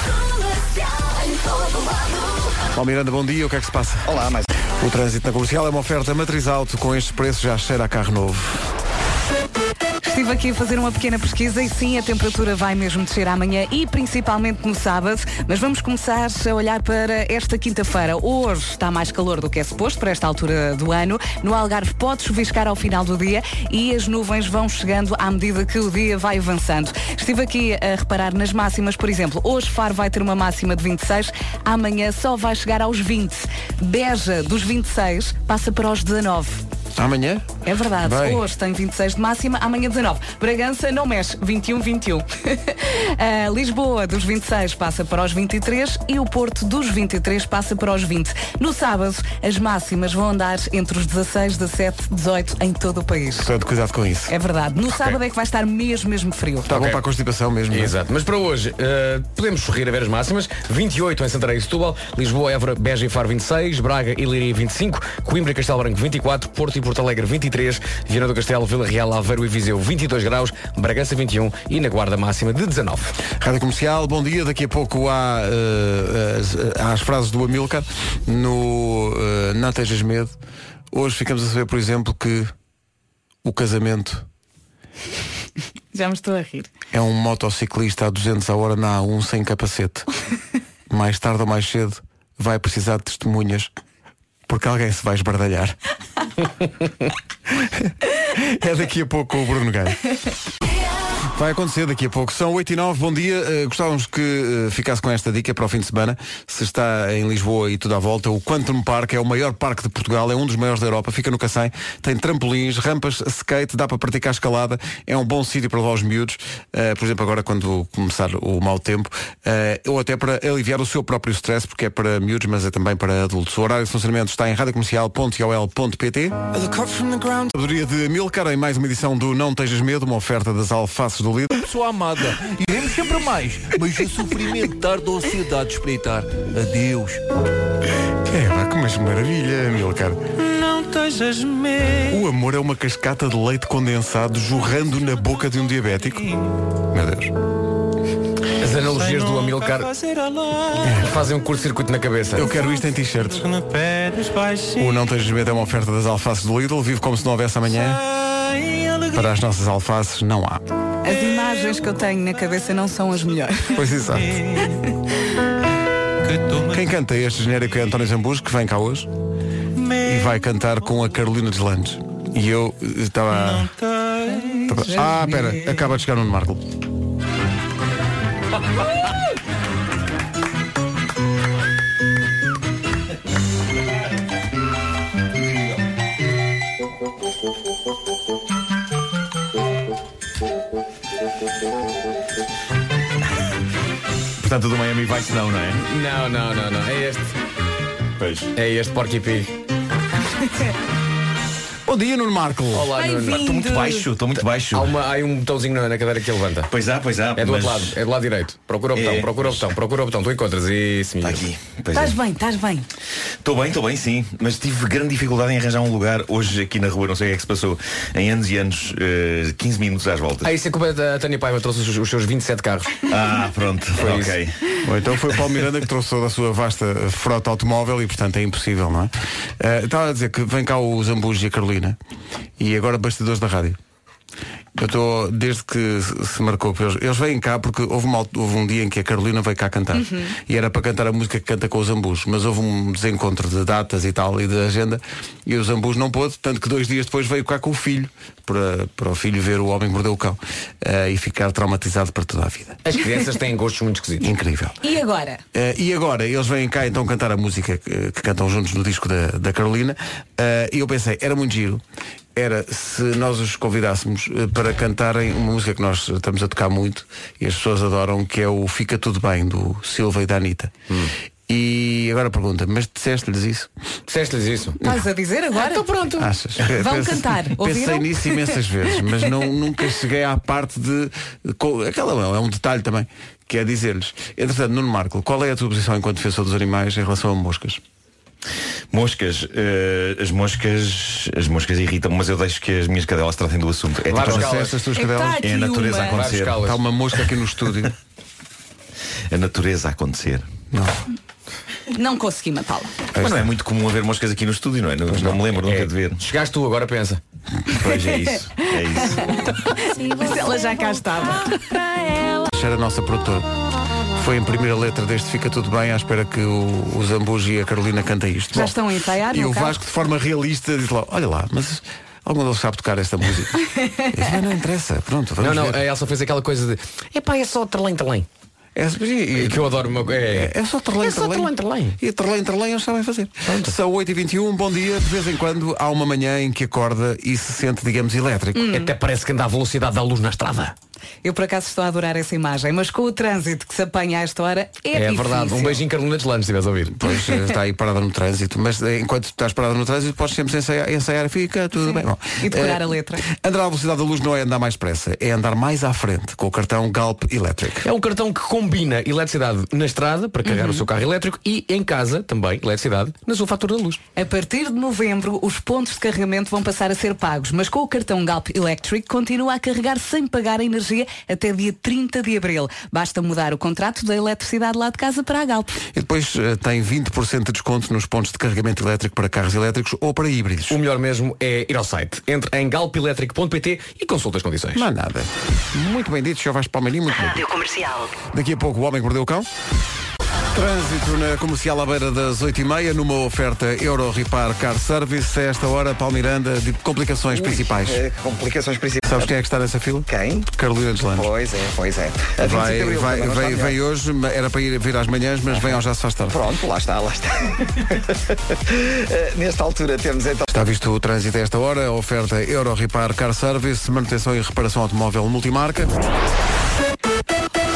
Speaker 6: Comercial em todo lado.
Speaker 1: Paulo Miranda, bom dia, o que é que se passa?
Speaker 2: Olá, mais.
Speaker 1: O trânsito na comercial é uma oferta matriz alto, com este preço já cheira a carro novo.
Speaker 3: Estive aqui a fazer uma pequena pesquisa e sim, a temperatura vai mesmo descer amanhã e principalmente no sábado, mas vamos começar a olhar para esta quinta-feira. Hoje está mais calor do que é suposto para esta altura do ano. No Algarve pode chuviscar ao final do dia e as nuvens vão chegando à medida que o dia vai avançando. Estive aqui a reparar nas máximas, por exemplo, hoje Faro vai ter uma máxima de 26, amanhã só vai chegar aos 20. Beja dos 26 passa para os 19.
Speaker 1: Amanhã?
Speaker 3: É verdade.
Speaker 1: Bem.
Speaker 3: Hoje tem 26 de máxima, amanhã 19. Bragança não mexe, 21, 21. Ah, Lisboa dos 26 passa para os 23 e o Porto dos 23 passa para os 20. No sábado, as máximas vão andar entre os 16, 17, 18 em todo o país.
Speaker 1: Portanto, cuidado com isso.
Speaker 3: É verdade. No sábado é que vai estar mesmo, mesmo frio.
Speaker 1: Está Tá bom
Speaker 5: Ok.
Speaker 1: para a constipação mesmo. não é?
Speaker 5: Exato. Mas para hoje, eh, podemos sorrir a ver as máximas. 28 em Santarém e Setúbal, Lisboa, Évora, Beja e Faro 26, Braga e Leiria 25, Coimbra e Castelo Branco 24, Porto e Porto Alegre 23, Viana do Castelo, Vila Real, Aveiro e Viseu 22 graus, Bragança 21 e na guarda máxima de 19.
Speaker 1: Rádio Comercial, bom dia. Daqui a pouco há, eh, as, há as frases do Amilcar no eh, Não eh, Tejas Medo. Hoje ficamos a saber, por exemplo, que o casamento
Speaker 3: Já me estou a rir.
Speaker 1: é um motociclista a 200 a hora na A1 sem capacete. mais tarde ou mais cedo vai precisar de testemunhas porque alguém se vai esbardalhar. é daqui a pouco com o Bruno Gaio. Vai acontecer daqui a pouco. São 8 e 9, bom dia. Eh, gostávamos que eh, ficasse com esta dica para o fim de semana. Se está em Lisboa e tudo à volta, o Quantum Park é o maior parque de Portugal, é um dos maiores da Europa, fica no Cacém, tem trampolins, rampas, skate, dá para praticar escalada, é um bom sítio para levar os miúdos, eh, por exemplo, agora quando começar o mau tempo, eh, ou até para aliviar o seu próprio stress, porque é para miúdos, mas é também para adultos. O horário de funcionamento está em radiocomercial.ol.pt. Sabedoria de Milcar em mais uma edição do Não Tejas Medo, uma oferta das alfaces do líder.
Speaker 12: Pessoa amada, iremos sempre a mais, mas o sofrimento tarde ou cedo há de espreitar. Adeus.
Speaker 1: É, vá, que mas maravilha, Milcar.
Speaker 12: Não tejas medo.
Speaker 1: O amor é uma cascata de leite condensado jorrando na boca de um diabético. Meu Deus.
Speaker 5: As analogias do Amilcar fazem um curto-circuito na cabeça.
Speaker 1: Eu quero isto em t-shirts. O Não Tejas Medo é uma oferta das alfaces do Lidl. Vive como se não houvesse amanhã. Para as nossas alfaces não há.
Speaker 3: As imagens que eu tenho na cabeça não são as melhores.
Speaker 1: Pois exato. Quem canta este genérico é António Zambujo, que vem cá hoje. E vai cantar com a Carolina Deslandes. E eu eh, estava... estava- Ah, pera, acaba de chegar no Marco.
Speaker 13: Portanto, do Miami Vice não, não é?
Speaker 5: Não, não, não, não. É este. É este Porky Pig.
Speaker 1: Bom dia, Nuno Marco.
Speaker 5: Olá, Nuno.
Speaker 13: Estou muito baixo, estou muito baixo.
Speaker 5: Há, uma- há um botãozinho na, na cadeira que levanta.
Speaker 13: Pois há, pois há.
Speaker 5: É do outro
Speaker 13: mas-
Speaker 5: lado, é do lado direito. Procura o botão,
Speaker 13: É. Tá.
Speaker 5: procura o botão, procura o botão. Tu encontras isso, menino.
Speaker 13: aqui.
Speaker 1: é.
Speaker 3: Estás bem, estás bem.
Speaker 13: Estou bem, estou bem, sim. Mas tive grande dificuldade em arranjar um lugar hoje aqui na rua. Não sei o que é que se passou. Em anos e anos, eh, 15 minutos às voltas.
Speaker 5: Ah, isso é culpa da Tânia Paiva, trouxe os, os seus 27 carros.
Speaker 13: Ah, pronto,
Speaker 5: Foi isso.
Speaker 13: ok.
Speaker 1: Ou então foi o Paulo Miranda que trouxe toda a sua vasta frota automóvel e, portanto, é impossível, não é? Eh, estava a dizer que vem cá o Zambujo e a Carolina e agora bastidores da rádio. Eu estou, desde que se- se marcou, para eles, eles vêm cá porque houve, uma alt- houve um dia em que a Carolina veio cá cantar
Speaker 14: Uhum.
Speaker 1: e era para cantar a música que canta com o Zambujo, mas houve um desencontro de datas e tal e de agenda e o Zambujo não pôde, tanto que dois dias depois veio cá com o filho para, para o filho ver o homem que mordeu o cão eh, e ficar traumatizado para toda a vida.
Speaker 5: As crianças têm gostos muito esquisitos.
Speaker 1: Incrível.
Speaker 3: E agora?
Speaker 1: Eh, e agora, eles vêm cá então cantar a música que, que cantam juntos no disco da, da Carolina. Eh, E eu pensei, era muito giro, era se nós os convidássemos eh, para cantarem uma música que nós estamos a tocar muito e as pessoas adoram, que é o Fica Tudo Bem, do Silva e da Anitta.
Speaker 5: Hum.
Speaker 1: E agora pergunta, mas disseste-lhes isso?
Speaker 5: Disseste-lhes isso?
Speaker 3: Estás a dizer agora? Estou pronto.
Speaker 1: Achas?
Speaker 3: Vão
Speaker 1: Pense-
Speaker 3: cantar.
Speaker 1: Pensei
Speaker 3: Ouviram?
Speaker 1: nisso imensas vezes, mas não, nunca cheguei à parte de. co- Aquela é um detalhe também, que é dizer-lhes. Entretanto, Nuno Marco, qual é a tua posição enquanto defensor dos animais em relação a moscas?
Speaker 13: Moscas, eh, as moscas, as moscas irritam, mas eu deixo que as minhas cadelas tratem do assunto. É
Speaker 1: Vai
Speaker 13: tipo-
Speaker 1: buscá-las. Essas tuas É que tá cadelas? aqui
Speaker 13: É a natureza
Speaker 1: uma.
Speaker 13: a acontecer.
Speaker 1: Vai buscá-las. Está Tá uma mosca aqui no estúdio.
Speaker 13: a natureza a acontecer.
Speaker 3: Não consegui matá-la.
Speaker 13: Mas não é muito comum haver moscas aqui no estúdio, não é? Não, não me lembro nunca de ver.
Speaker 5: Chegaste tu, agora pensa.
Speaker 13: Pois é isso. É isso.
Speaker 3: Mas ela já cá estava.
Speaker 1: Cheira a nossa produtora. Foi em primeira letra deste Fica Tudo Bem, à espera que o, o Zambujo e a Carolina cantem isto.
Speaker 3: Já
Speaker 1: Bom,
Speaker 3: estão a ensaiar
Speaker 1: E
Speaker 3: no
Speaker 1: o
Speaker 3: carro?
Speaker 1: Vasco, de forma realista, diz lá: Olha lá, mas algum deles sabe tocar esta música. Mas não interessa, pronto,
Speaker 5: Não,
Speaker 1: vamos
Speaker 5: não,
Speaker 1: ver.
Speaker 5: a Elsa fez aquela coisa de. Epá, é só trelém, trelém.
Speaker 1: É, que
Speaker 5: eu adoro. Uma... É,
Speaker 1: É só trelém, trelém. E trelém, trelém eles sabem fazer. São 8h21, bom dia. De vez em quando há uma manhã em que acorda e se sente, digamos, elétrico.
Speaker 3: Hum.
Speaker 5: Até parece que anda à velocidade da luz na estrada.
Speaker 3: Eu por acaso estou a adorar essa imagem, mas com o trânsito que se apanha a esta hora é,
Speaker 1: É
Speaker 3: difícil.
Speaker 1: verdade, um
Speaker 5: Beijinho, Carolina de Lanes, se estiveres a ouvir.
Speaker 1: Pois eh, está aí parada no trânsito, mas eh, enquanto estás parada no trânsito podes sempre ensaiar, ensaiar fica tudo bem. Bom,
Speaker 3: E decorar
Speaker 1: eh,
Speaker 5: É,
Speaker 3: a letra.
Speaker 1: Andar à velocidade da luz não é andar mais depressa, é andar mais à frente com o cartão Galp Electric.
Speaker 5: É um cartão que combina eletricidade na estrada para carregar o seu carro elétrico e em casa também eletricidade na sua fatura da luz.
Speaker 3: A partir de novembro, os pontos de carregamento vão passar a ser pagos, mas com o cartão Galp Electric continua a carregar sem pagar a energia energia até dia 30 de abril. Basta mudar o contrato da eletricidade lá de casa para a Galp.
Speaker 1: E depois eh, tem 20% de desconto nos pontos de carregamento elétrico para carros elétricos ou para híbridos.
Speaker 5: O melhor mesmo é ir ao site. Entre em galpelétrico.pt e consulta as condições.
Speaker 1: Não há nada. Muito bem dito, Sr. Vasco Palmeirinho, muito bem.
Speaker 6: Comercial.
Speaker 1: Daqui a pouco o homem que mordeu o cão. Trânsito na comercial à beira das 8h30, numa oferta Euro Repar Car Service. A esta hora, Palmiranda, de complicações principais.
Speaker 2: eh, complicações principais.
Speaker 1: Sabes quem é que está nessa fila?
Speaker 2: Quem?
Speaker 1: Carolina de Lange.
Speaker 2: Pois é, pois é. A 25 de
Speaker 1: Vai,
Speaker 2: abril
Speaker 1: vai,
Speaker 2: também não está
Speaker 1: vem,
Speaker 2: melhor.
Speaker 1: vem hoje, ma- era para ir vir às manhãs, mas vem ao já se faz tarde.
Speaker 2: Pronto, lá está, lá está. Eh, Nesta altura temos então.
Speaker 1: Está visto o trânsito a esta hora, a oferta Euro Repar Car Service, manutenção e reparação automóvel multimarca.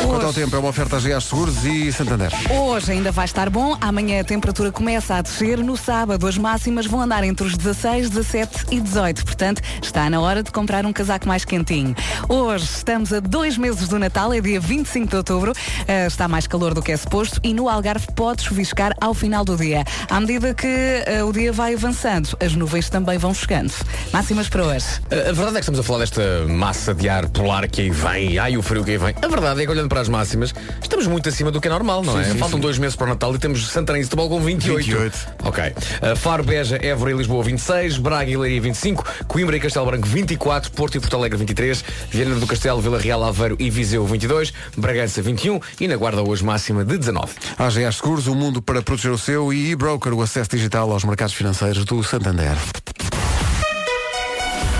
Speaker 1: Quanto ao tempo, é uma oferta a GA Seguros e Santander.
Speaker 3: Hoje ainda vai estar bom, amanhã a temperatura começa a descer, no sábado as máximas vão andar entre os 16, 17 e 18, portanto está na hora de comprar um casaco mais quentinho. Hoje estamos a dois meses do Natal, é dia 25 de outubro, eh, está mais calor do que é suposto e no Algarve pode chuviscar ao final do dia. À medida que eh, o dia vai avançando, as nuvens também vão chegando. Máximas para hoje.
Speaker 5: A a verdade é que estamos a falar desta massa de ar polar que aí vem, e ai o frio que aí vem. A verdade é que olhando para as máximas, estamos muito acima do que é normal, não
Speaker 9: Sim,
Speaker 5: é?
Speaker 9: sim,
Speaker 5: Faltam
Speaker 9: sim.
Speaker 5: dois meses para o Natal e temos Santarém e Setúbal com 28.
Speaker 9: 28.
Speaker 5: Ok. Uh, Faro, Beja, Évora e Lisboa 26, Braga e Leiria 25, Coimbra e Castelo Branco 24, Porto e Porto Alegre 23, Viana do Castelo, Vila Real, Aveiro e Viseu 22, Bragança 21 e na Guarda hoje máxima de 19.
Speaker 1: AGA Seguros, o mundo para proteger o seu e e-broker, o acesso digital aos mercados financeiros do Santander.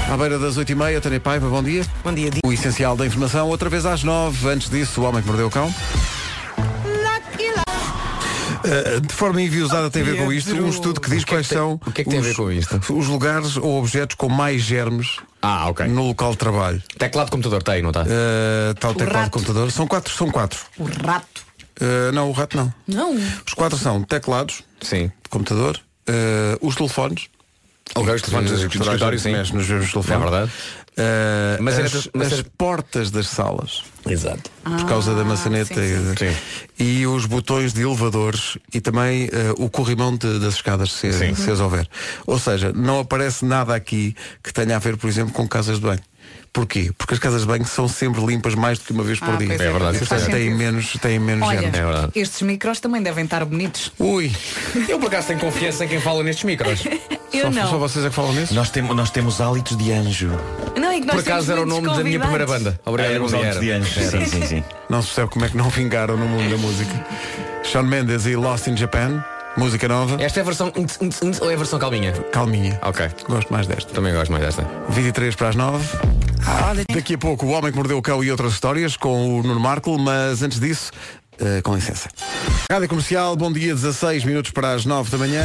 Speaker 1: À beira das 8h30, Tânia Paiva, bom dia.
Speaker 4: Bom dia.
Speaker 1: O essencial da informação, outra vez às 9 Antes disso, o homem que mordeu o cão. Uh, de forma enviosada tem a ver com isto um estudo que diz quais são o que é que tem a ver com
Speaker 5: isto?
Speaker 1: os lugares ou objetos com mais germes
Speaker 5: ah, ok
Speaker 1: no local de trabalho Eh,
Speaker 5: teclado de computador tem não tá? está
Speaker 1: está o teclado de computador são quatro são quatro
Speaker 3: O rato.
Speaker 1: Uh, não o rato não
Speaker 3: Não.
Speaker 1: os quatro são teclados
Speaker 5: sim
Speaker 1: computador uh, os telefones
Speaker 5: Ok, os telefones do
Speaker 1: Que toda a
Speaker 5: escritório,
Speaker 1: gente
Speaker 5: sim.
Speaker 1: mexe nos mesmos telefones
Speaker 5: É verdade.
Speaker 1: Uh,
Speaker 5: Mas
Speaker 1: as,
Speaker 5: era- mas
Speaker 1: as
Speaker 5: era-
Speaker 1: portas das salas
Speaker 5: exato
Speaker 1: por causa
Speaker 3: Ah,
Speaker 1: da maçaneta e, e os botões de elevadores e também eh, o corrimão de- das escadas se,
Speaker 5: Sim.
Speaker 1: se as houver. Ou seja, não aparece nada aqui que tenha a ver, por exemplo, com casas de banho. Porquê? Porque as casas de banho são sempre limpas mais do que uma vez por
Speaker 3: Ah,
Speaker 1: dia.
Speaker 3: pois é, É verdade, faz
Speaker 1: Portanto, têm
Speaker 3: sentido.
Speaker 1: menos, têm menos
Speaker 5: é
Speaker 3: Olha,
Speaker 1: género.
Speaker 3: estes micros também devem estar bonitos.
Speaker 1: Ui,
Speaker 5: eu por acaso tenho confiança em quem fala nestes micros.
Speaker 3: Eu não.
Speaker 1: vocês é que falam nisso?
Speaker 13: Nós, temos nós temos hálitos de anjo.
Speaker 3: Não, é que nós
Speaker 5: Por acaso
Speaker 3: temos
Speaker 5: era o
Speaker 3: muitos
Speaker 5: nome da minha primeira
Speaker 3: convidados.
Speaker 5: banda. Obrigado,
Speaker 13: Ah, eram os
Speaker 5: Bruno
Speaker 13: Hálitos de
Speaker 5: Vieira.
Speaker 13: Anjo. Sim, sim, sim.
Speaker 1: Não se percebe como é que não vingaram no mundo da música. Shawn Mendes e Lost in Japan, música nova.
Speaker 5: Esta é a versão int, int, int, ou é a versão calminha?
Speaker 1: Calminha.
Speaker 5: Ok.
Speaker 1: Gosto mais desta.
Speaker 5: Também gosto mais desta.
Speaker 1: 23 para as 9. Daqui a pouco o Homem que Mordeu o Cão e outras histórias com o Nuno Marco, mas antes disso, eh, com licença. Rádio Comercial, bom dia, 16 minutos para as 9 da manhã.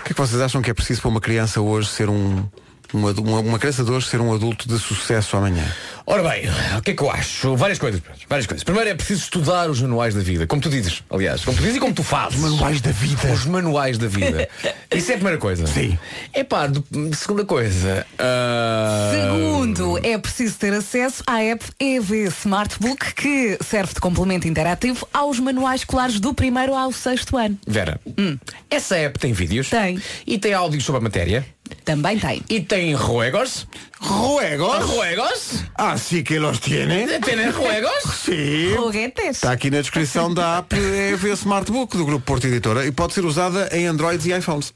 Speaker 1: O que é que vocês acham que é preciso para uma criança hoje ser um. Uma, uma, uma criança de hoje ser um adulto de sucesso amanhã?
Speaker 5: Ora bem, o que é que eu acho? Várias coisas, pronto, várias coisas. Primeiro é preciso estudar os manuais da vida, como tu dizes, aliás, como tu dizes e como tu fazes. Os
Speaker 1: manuais da vida.
Speaker 5: Os manuais da vida. Isso é a primeira coisa. Sim. É pá, de- segunda coisa. ah,
Speaker 3: Segundo, é preciso ter acesso à app EV Smartbook, que serve de complemento interativo aos manuais escolares do primeiro ao sexto ano.
Speaker 5: Vera,
Speaker 3: Hum.
Speaker 5: essa app tem vídeos? Tem. E tem áudios sobre a matéria?
Speaker 3: Também tem.
Speaker 5: E tem ruegos?
Speaker 1: Ruegos?
Speaker 5: Ruegos?
Speaker 1: Ah, sim que los tiene.
Speaker 5: Tiene ruegos?
Speaker 1: Sim.
Speaker 3: Roguetes.
Speaker 1: Está aqui na descrição da app é EV Smartbook do Grupo Porto Editora e pode ser usada em Androids e iPhones.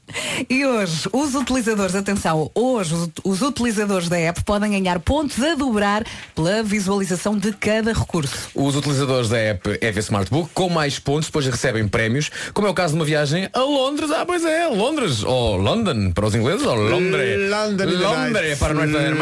Speaker 3: E hoje, os utilizadores, atenção, hoje os- os utilizadores da app podem ganhar pontos a dobrar pela visualização de cada recurso.
Speaker 5: Os utilizadores da app EV Smartbook com mais pontos depois recebem prémios, como é o caso de uma viagem a Londres. Ah, pois é, Londres. Ou London para os ingleses, ou Londres.
Speaker 1: London in the
Speaker 5: Londres
Speaker 1: nights.
Speaker 5: para nós hermanos.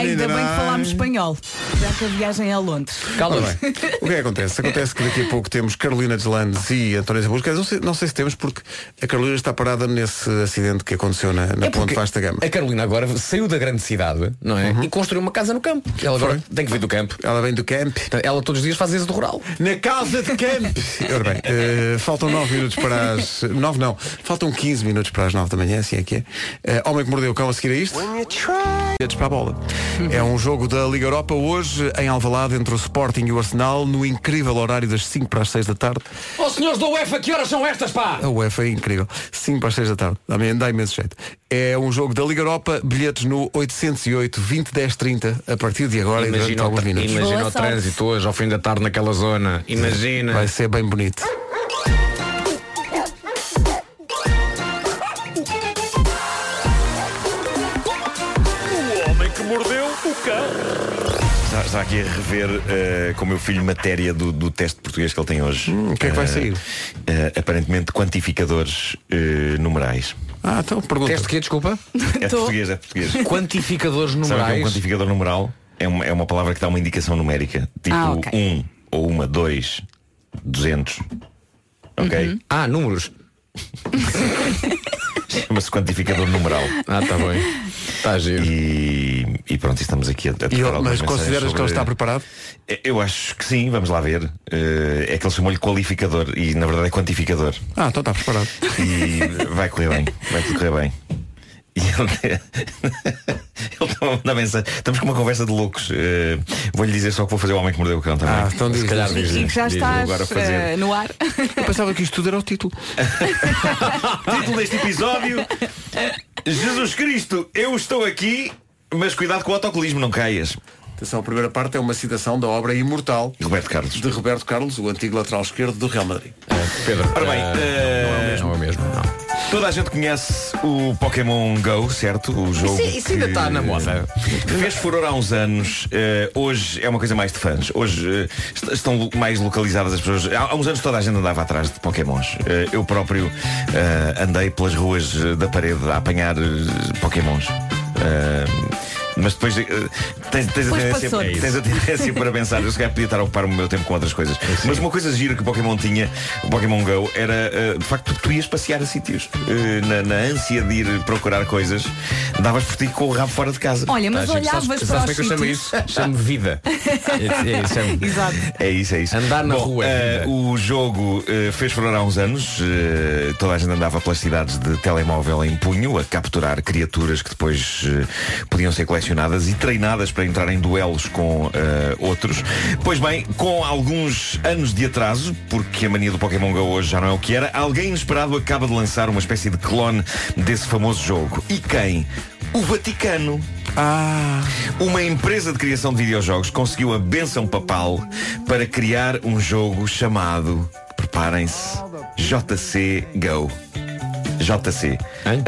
Speaker 3: Ainda bem que falámos espanhol, já que a viagem é a Londres.
Speaker 1: Ora bem, o que é que acontece? Acontece que daqui a pouco temos Carolina de Landes e António Zabusca. Não sei, não sei se temos porque a Carolina está parada nesse acidente que aconteceu
Speaker 5: É
Speaker 1: na, na ponte Vaz da Gama. Uhum.
Speaker 5: A Carolina agora saiu da grande cidade, não é? E construiu uma casa no campo. Ela agora tem que vir do campo.
Speaker 1: Ela vem do campo.
Speaker 5: Ela todos os dias faz isso do rural.
Speaker 1: Na casa de campo! Ora bem, eh, faltam 9 minutos para as. 9 não, faltam 15 minutos para as 9 da manhã, assim é que é. Eh, Homem que mordeu o cão a seguir a isto. Dedos para a bola. É um jogo da Liga Europa hoje em Alvalade entre o Sporting e o Arsenal no incrível horário das 5 para as 6 da tarde.
Speaker 5: Ó senhores da UEFA, que horas são estas, pá?
Speaker 1: A UEFA é incrível. 5 para as 6 da tarde. Dá, dá imenso jeito. É um jogo da Liga Europa, bilhetes no 808 20 10 30 a partir de agora e durante
Speaker 5: Imagina, o,
Speaker 1: alguns
Speaker 5: tra-
Speaker 1: minutos.
Speaker 5: imagina o trânsito hoje, ao fim da tarde naquela zona. Imagina.
Speaker 1: Vai ser bem bonito.
Speaker 13: O homem que mordeu o cão. Está, está aqui a rever eh, com o meu filho matéria do, do teste de português que ele tem hoje. o
Speaker 1: que é que vai sair?
Speaker 13: aparentemente quantificadores eh, numerais.
Speaker 1: Ah, então pergunta.
Speaker 5: Teste que desculpa?
Speaker 13: É de português, é de português.
Speaker 5: Quantificadores
Speaker 13: Sabe o que é um
Speaker 5: numerais.
Speaker 13: quantificador numeral? É uma, é uma palavra que dá uma indicação numérica. Tipo
Speaker 5: Ah, ok.
Speaker 13: um ou uma, dois, duzentos. Ok?
Speaker 1: Uhum.
Speaker 5: Ah, números.
Speaker 13: Chama-se quantificador numeral.
Speaker 5: Ah, está bem. Está giro.
Speaker 13: E, e pronto, estamos aqui a, a
Speaker 1: ele-
Speaker 13: tratar algumas
Speaker 1: mas
Speaker 13: mensagens
Speaker 1: consideras que ele
Speaker 13: sobre-
Speaker 1: está preparado?
Speaker 13: Eh, Eu acho que sim, vamos lá ver. Eh, é que ele chamou-lhe qualificador e na verdade é quantificador.
Speaker 1: Ah, então está preparado.
Speaker 13: E vai correr bem, vai tudo correr bem. E ele ele estava a mandar mensagem. Estamos com uma conversa de loucos. Eh, Vou-lhe dizer só que vou fazer o homem que mordeu o cão também.
Speaker 1: Ah, então diz,
Speaker 13: Se calhar
Speaker 1: diz.
Speaker 13: diz-lhe.
Speaker 3: E que já
Speaker 13: Diz-lhe
Speaker 3: estás
Speaker 13: agora fazer.
Speaker 3: eh, no ar.
Speaker 1: Eu pensava que isto tudo era o título.
Speaker 13: Título deste episódio Jesus Cristo, eu estou aqui, mas cuidado com o autocolismo, não caias.
Speaker 1: Atenção, a primeira parte é uma citação da obra Imortal
Speaker 13: Roberto Carlos.
Speaker 1: de Roberto Carlos, o antigo lateral esquerdo do Real Madrid.
Speaker 5: Pedro.
Speaker 13: Ora bem, É, eh,
Speaker 5: Não é o mesmo.
Speaker 13: Toda a gente conhece o Pokémon Go, certo? O jogo.
Speaker 5: Isso- isso ainda
Speaker 13: que-
Speaker 5: está na moda.
Speaker 13: Fez furor há uns anos. eh, hoje é uma coisa mais de fãs. Hoje eh, est- estão lo- mais localizadas as pessoas. Há, há uns anos toda a gente andava atrás de Pokémons. Eh, eu próprio eh, andei pelas ruas eh, da parede a apanhar eh, Pokémons. Eh, mas depois eh, tens, tens a
Speaker 5: Depois
Speaker 13: tendência,
Speaker 5: passou-te. É isso.
Speaker 13: tens a tendência para pensar, eu se calhar podia estar a ocupar o meu tempo com outras coisas. Mas uma coisa gira que o Pokémon tinha, o Pokémon Go, era eh, de facto tu ias passear a sítios. Eh, na, na ânsia de ir procurar coisas, davas por ti com o rabo fora de casa.
Speaker 3: Olha, mas
Speaker 13: Tá, gente,
Speaker 3: olhavas
Speaker 13: sabes-
Speaker 3: para
Speaker 13: sabes
Speaker 3: os
Speaker 13: como é que eu chamo
Speaker 3: sítios?
Speaker 13: isso? Chamo vida. É, é, isso, é-
Speaker 3: Exato.
Speaker 13: é isso, é isso. Andar
Speaker 5: na rua é
Speaker 13: o jogo eh, fez furor há uns anos. eh, toda a gente andava pelas cidades de telemóvel em punho a capturar criaturas que depois eh, podiam ser colecionadas e treinadas para entrar em duelos com eh, outros. Pois bem, com alguns anos de atraso, porque a mania do Pokémon Go hoje já não é o que era, alguém inesperado acaba de lançar uma espécie de clone desse famoso jogo. E quem? O Vaticano.
Speaker 1: Ah.
Speaker 13: Uma empresa de criação de videojogos conseguiu a benção papal para criar um jogo chamado, preparem-se, JC Go. JC.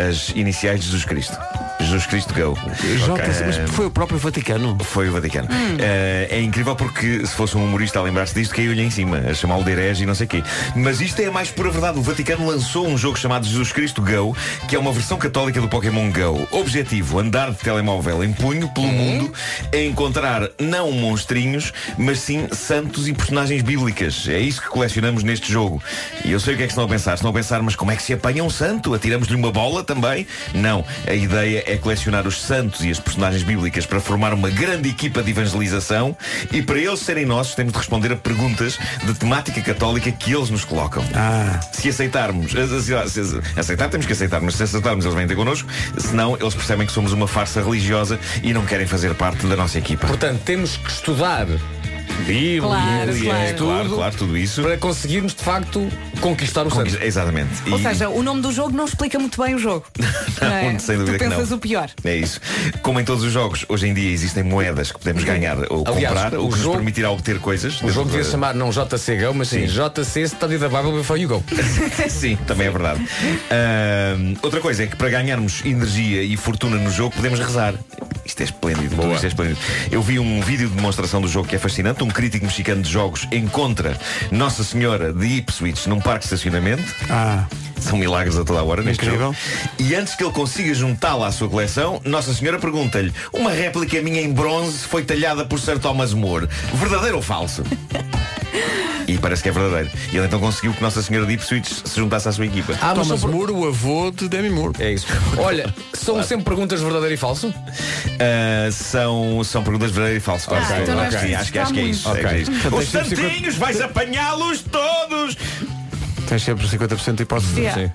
Speaker 13: As iniciais de Jesus Cristo. Jesus Cristo Go.
Speaker 1: JC,
Speaker 13: Ok.
Speaker 1: mas foi o próprio Vaticano. Hum.
Speaker 13: Foi o Vaticano. Eh, é incrível porque se fosse um humorista a lembrar-se disto, caiu-lhe em cima, a chamá-lo de herege e não sei o quê. Mas isto é a mais pura verdade. O Vaticano lançou um jogo chamado Jesus Cristo Go, que é uma versão católica do Pokémon Go. Objetivo, andar de telemóvel em punho pelo
Speaker 1: Uhum.
Speaker 13: mundo a encontrar não monstrinhos, mas sim santos e personagens bíblicas. É isso que colecionamos neste jogo. E eu sei o que é que estão a pensar. Estão a pensar, mas como é que se apanha um santo? Atiramos-lhe uma bola também? Não. A ideia é colecionar os santos e as personagens bíblicas para formar uma grande equipa de evangelização e para eles serem nossos temos de responder a perguntas de temática católica que eles nos colocam.
Speaker 5: Ah.
Speaker 13: Se aceitarmos, eh, se- se- aceitar temos que aceitar, mas se aceitarmos eles vêm ter connosco, senão eles percebem que somos uma farsa religiosa e não querem fazer parte da nossa equipa.
Speaker 5: Portanto, temos que estudar. Bíblia,
Speaker 13: Claro, claro.
Speaker 5: tudo,
Speaker 13: Claro, claro, tudo isso.
Speaker 5: Para conseguirmos, de facto, conquistar o santo.
Speaker 13: Exatamente.
Speaker 3: Ou
Speaker 13: E-
Speaker 3: seja, o nome do jogo não explica muito bem o jogo.
Speaker 13: Não,
Speaker 3: não é?
Speaker 13: sem dúvida
Speaker 3: tu
Speaker 13: que
Speaker 3: pensas
Speaker 13: não.
Speaker 3: o pior.
Speaker 13: É isso. Como em todos os jogos, hoje em dia existem moedas que podemos ganhar ou
Speaker 5: Aliás,
Speaker 13: comprar,
Speaker 5: o
Speaker 13: o que nos
Speaker 5: jogo-
Speaker 13: permitirá obter coisas.
Speaker 5: O jogo devia se chamar não JC Go, mas sim, JC Study the Bible Before You Go.
Speaker 13: Sim, também é verdade. Ahm, outra coisa é que para ganharmos energia e fortuna no jogo podemos rezar. Isto é esplêndido, tudo isto é esplêndido. Eu vi um vídeo de demonstração do jogo que é fascinante. Um crítico mexicano de jogos encontra Nossa Senhora de Ipswich num parque de estacionamento.
Speaker 1: Ah.
Speaker 13: São milagres a toda a hora neste
Speaker 1: Incrível.
Speaker 13: jogo. E antes que ele consiga juntá-la à sua coleção, Nossa Senhora pergunta-lhe, uma réplica minha em bronze foi talhada por Sir Thomas More. Verdadeiro ou falso? E parece que é verdadeiro. E ele então conseguiu que Nossa Senhora de Ipswich se juntasse à sua equipa.
Speaker 5: Ah,
Speaker 1: Thomas Moore, o avô de Demi Moore.
Speaker 5: É isso. Olha, são sempre perguntas verdadeiro e falso?
Speaker 13: Ah, são, são perguntas verdadeiro e falso. claro.
Speaker 5: Ah, então não é
Speaker 13: Acho que
Speaker 1: Então
Speaker 13: sim, acho que
Speaker 5: preciso
Speaker 13: acho que é isso.
Speaker 5: estudar
Speaker 13: acho que é
Speaker 5: muito.
Speaker 13: isso.
Speaker 5: Ok.
Speaker 13: Os santinhos vais apanhá-los todos!
Speaker 1: Tens sempre 50% de hipótese.
Speaker 13: Yeah.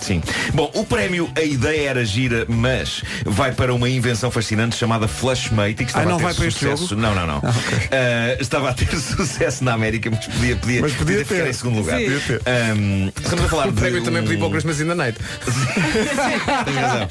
Speaker 13: Sim. Sim. Bom, o prémio A Ideia Era Gira, mas vai para uma invenção fascinante chamada Flashmate e que estava
Speaker 1: Ah, não
Speaker 13: a ter
Speaker 1: vai para este
Speaker 13: sucesso.
Speaker 1: jogo?
Speaker 13: Não, não, não. Ah, estava a ter sucesso na América, mas podia, podia,
Speaker 1: Mas podia
Speaker 13: podia ficar
Speaker 1: ter.
Speaker 13: em segundo lugar.
Speaker 1: Sim. Podia ter.
Speaker 13: Ahm, estamos a falar
Speaker 5: O prémio
Speaker 13: de
Speaker 5: também
Speaker 13: um...
Speaker 5: podia ir para o Christmas in the Night.
Speaker 13: Tens razão. É.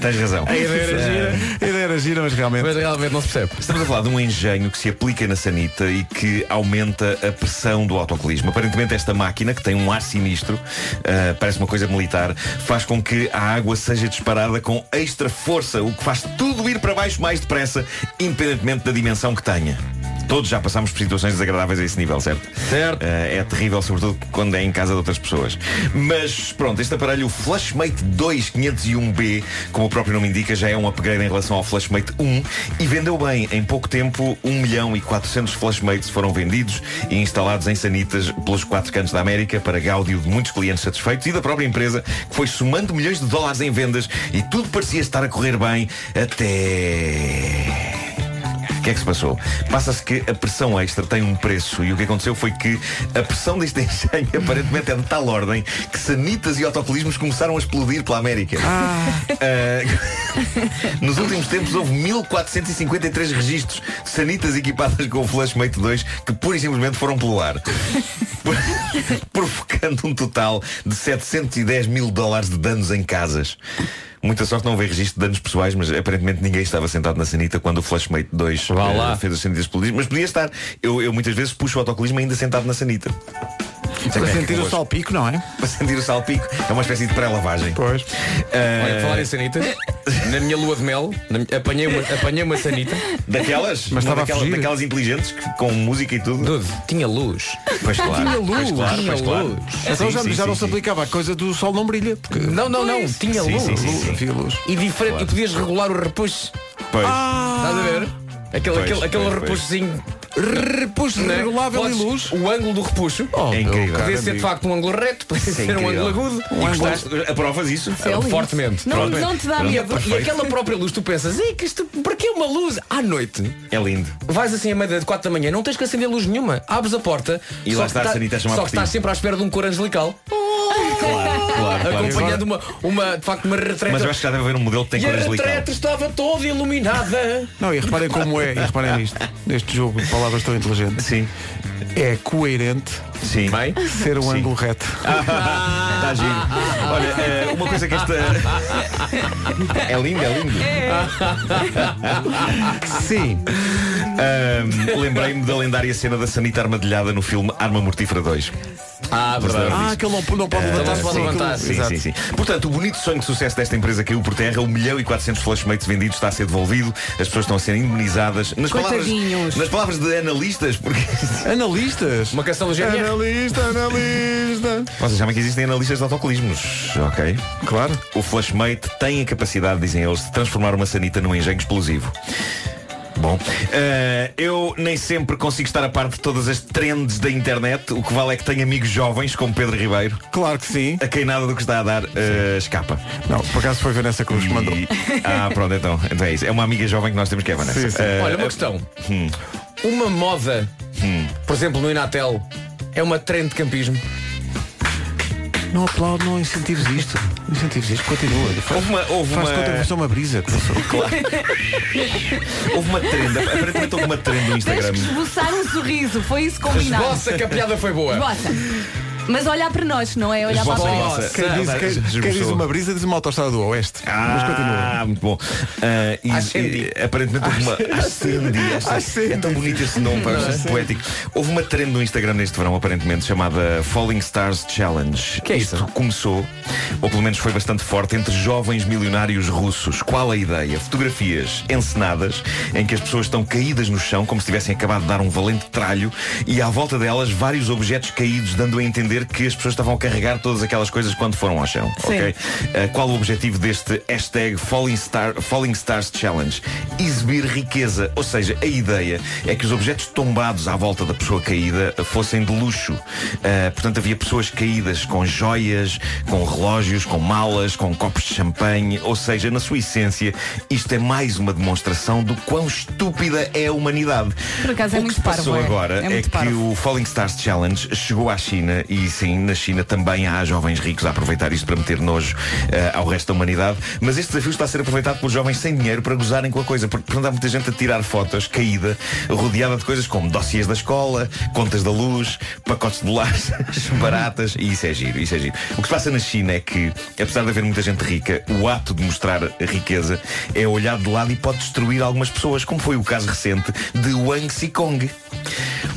Speaker 13: Tens razão.
Speaker 5: É
Speaker 13: Ah,
Speaker 5: A ideia era gira.
Speaker 1: A ideia era gira, mas realmente.
Speaker 13: Mas
Speaker 5: realmente não se percebe.
Speaker 13: Estamos a falar de um engenho que se aplica na sanita e que aumenta a pressão do autocolismo. Aparentemente esta máquina, que tem um ar sinistro, ah, parece uma coisa militar, faz com que a água seja disparada com extra força, o que faz tudo ir para baixo mais depressa, independentemente da dimensão que tenha. Todos já passámos por situações desagradáveis a esse nível, certo? Certo. é terrível, sobretudo quando é em casa de outras pessoas. Mas pronto, este aparelho, o Flashmate 2501B, como o próprio nome indica, já é um upgrade em relação ao Flashmate 1 e vendeu bem. Em pouco tempo, 1 milhão e 400 Flashmates foram vendidos e instalados em sanitas pelos quatro cantos da América para gáudio de muitos clientes satisfeitos e da própria empresa, que foi somando milhões de dólares em vendas e tudo parecia estar a correr bem até... O que é que se passou? Passa-se que a pressão extra tem um preço e o que aconteceu foi que a pressão deste engenho aparentemente é de tal ordem que sanitas e autocolismos começaram a explodir pela América. Ah, nos últimos tempos houve 1453 registros de sanitas equipadas com o Flashmate 2 que pura e simplesmente foram pelo ar. Provocando um total de 710 mil dólares de danos em casas. Muita sorte não houve registro de danos pessoais, mas aparentemente ninguém estava sentado na sanita quando o Flashmate 2
Speaker 5: Vá
Speaker 13: eh,
Speaker 5: lá.
Speaker 13: fez as sanitas explodir. Mas podia estar. Eu, eu muitas vezes puxo o autocolismo ainda sentado na sanita. é
Speaker 1: Para sentir o salpico, não é?
Speaker 13: Para sentir o salpico. É uma espécie de pré-lavagem. Ah,
Speaker 1: Pois.
Speaker 5: Olha, falar em sanitas, na minha lua de mel, na mi- apanhei, uma, apanhei uma sanita.
Speaker 13: Daquelas? Uma daquelas, daquelas inteligentes que- com música e tudo?
Speaker 5: tinha luz.
Speaker 13: Pois claro.
Speaker 1: Tinha luz.
Speaker 13: Pois claro,
Speaker 1: tinha
Speaker 13: pois claro.
Speaker 1: luz.
Speaker 13: Sim,
Speaker 1: Então já,
Speaker 13: sim,
Speaker 1: já
Speaker 13: sim,
Speaker 1: não
Speaker 13: sim.
Speaker 1: se aplicava a coisa do sol não brilha. Porque...
Speaker 5: Não, não, não, tinha
Speaker 1: Sim,
Speaker 5: luz.
Speaker 1: sim, sim, sim.
Speaker 5: Havia luz. E diferente, e podias regular o repuxo.
Speaker 13: Pois.
Speaker 5: Estás a ver?
Speaker 1: Ah.
Speaker 5: Aquele,
Speaker 13: Pois,
Speaker 5: aquele, aquele
Speaker 13: pois, pois.
Speaker 5: repuxozinho. Repuxo regulável e luz. O ângulo do repuxo.
Speaker 1: Oh,
Speaker 13: É incrível.
Speaker 5: Podia ser de facto um ângulo reto, podia
Speaker 13: Isso é
Speaker 5: ser um
Speaker 13: incrível.
Speaker 5: ângulo agudo.
Speaker 13: E gostaste? Aprovas isso?
Speaker 5: Ah, Fortemente.
Speaker 13: Pronto. Pronto,
Speaker 5: E a- E
Speaker 13: perfeito.
Speaker 5: aquela própria luz, tu pensas, ei, que isto, para que uma luz à noite?
Speaker 13: É lindo.
Speaker 5: Vais assim a meia de 4 da manhã, não tens que acender luz nenhuma. Abres a porta
Speaker 13: E
Speaker 5: só
Speaker 13: lá
Speaker 5: que
Speaker 13: está a
Speaker 5: tá-
Speaker 13: sanita a chamar
Speaker 5: Só
Speaker 13: por ti.
Speaker 5: que estás sempre à espera de um cor angelical.
Speaker 13: Claro, claro, claro.
Speaker 5: Acompanhando uma, uma, de facto, uma retreta.
Speaker 13: Mas eu acho que já deve haver um modelo que tem
Speaker 5: E a
Speaker 13: cores
Speaker 5: retreta
Speaker 13: ligadas.
Speaker 5: estava toda iluminada.
Speaker 1: Não, e reparem como é, e reparem nisto, neste jogo de palavras tão inteligente.
Speaker 13: Sim.
Speaker 1: É coerente
Speaker 13: Sim.
Speaker 1: ser um
Speaker 13: Sim.
Speaker 1: ângulo reto.
Speaker 5: Ah,
Speaker 13: Está Tá giro. Olha, eh, uma coisa que esta. É lindo, é lindo.
Speaker 1: Sim.
Speaker 13: Ahm, Lembrei-me da lendária cena da Sanita armadilhada no filme Arma Mortífera 2.
Speaker 5: Ah,
Speaker 1: verdade. Ah, que ele não- não pode levantar-se para levantar.
Speaker 13: É, Sim,
Speaker 1: Exato.
Speaker 13: sim, sim. Portanto, o bonito sonho de sucesso desta empresa caiu por terra. 1 milhão e 400 flashmates vendidos está a ser devolvido. As pessoas estão a ser indemnizadas. Nas palavras,
Speaker 1: Coitadinhos.
Speaker 13: nas palavras de analistas, porque
Speaker 1: Analistas.
Speaker 5: Uma canção do GNR.
Speaker 1: Analista, analista.
Speaker 13: Vocês sabem que existem analistas de autocolismos, ok?
Speaker 1: Claro.
Speaker 13: O Flashmate tem a capacidade, dizem eles, de transformar uma sanita num engenho explosivo. Bom, eh, eu nem sempre consigo estar a par de todas as trends da internet. O que vale é que tenho amigos jovens, como Pedro Ribeiro.
Speaker 1: Claro que sim.
Speaker 13: A quem nada do que está a dar eh, escapa.
Speaker 1: Não, por acaso foi Vanessa Cruz que mandou.
Speaker 13: Ah, pronto, então, então é isso. É uma amiga jovem que nós temos que é a Vanessa.
Speaker 1: Sim, sim.
Speaker 13: Eh,
Speaker 5: Olha, uma questão.
Speaker 13: hum,
Speaker 5: Uma moda,
Speaker 13: hum.
Speaker 5: por exemplo, no Inatel, é uma trend de campismo.
Speaker 1: Não aplaudo, não incentives isto. Incentives isto, continua. Faz,
Speaker 13: Houve uma- houve
Speaker 1: faz
Speaker 13: uma-
Speaker 1: conta que foi uma brisa que passou.
Speaker 13: Houve uma trend, aparentemente houve uma trend no
Speaker 3: Tens
Speaker 13: Instagram.
Speaker 3: que esboçar um sorriso, foi isso combinado.
Speaker 5: Esboça que a piada foi boa.
Speaker 3: Esboça. Mas olhar para nós, não é olhar para a
Speaker 13: é Esboça,
Speaker 3: frente.
Speaker 13: esboça.
Speaker 1: Quem diz, quem-
Speaker 13: Esboçou.
Speaker 1: quem diz uma brisa diz uma autostrada do Oeste. Mas continua.
Speaker 13: Ah, muito bom. Ah, e-
Speaker 5: Ascendi.
Speaker 13: e, aparentemente houve uma. Ascendi. esta-
Speaker 1: Ascendi.
Speaker 13: É tão bonito esse nome, pá, é poético. Houve uma trend no Instagram neste verão, aparentemente, chamada Falling Stars Challenge.
Speaker 5: Que é
Speaker 13: Isto
Speaker 5: isso?
Speaker 13: começou, ou pelo menos foi bastante forte, entre jovens milionários russos. Qual a ideia? Fotografias encenadas em que as pessoas estão caídas no chão, como se tivessem acabado de dar um valente tralho, e à volta delas vários objetos caídos, dando a entender que as pessoas estavam a carregar todas aquelas coisas quando foram ao chão.
Speaker 3: Sim.
Speaker 13: ok? Uh, qual o objetivo deste hashtag Falling, Star- Falling Stars Challenge? Exibir riqueza. Ou seja, a ideia é que os objetos tombados à volta da pessoa caída uh, fossem de luxo. Uh, portanto, havia pessoas caídas com joias, com relógios, com malas, com copos de champanhe. Ou seja, na sua essência, isto é mais uma demonstração do quão estúpida é a humanidade.
Speaker 3: Por acaso é
Speaker 13: o que
Speaker 3: muito
Speaker 13: se passou
Speaker 3: parvo, é?
Speaker 13: agora
Speaker 3: É
Speaker 13: é,
Speaker 3: muito
Speaker 13: que
Speaker 3: parvo.
Speaker 13: o Falling Stars Challenge chegou à China e E sim, na China também há jovens ricos a aproveitar isto para meter nojo eh, ao resto da humanidade. Mas este desafio está a ser aproveitado por jovens sem dinheiro para gozarem com a coisa. Porque portanto, há muita gente a tirar fotos caída, rodeada de coisas como dossiês da escola, contas da luz, pacotes de bolachas baratas. E isso é giro, isso é giro. O que se passa na China é que, apesar de haver muita gente rica, o ato de mostrar riqueza é olhado de lado e pode destruir algumas pessoas, como foi o caso recente de Wang Xikong.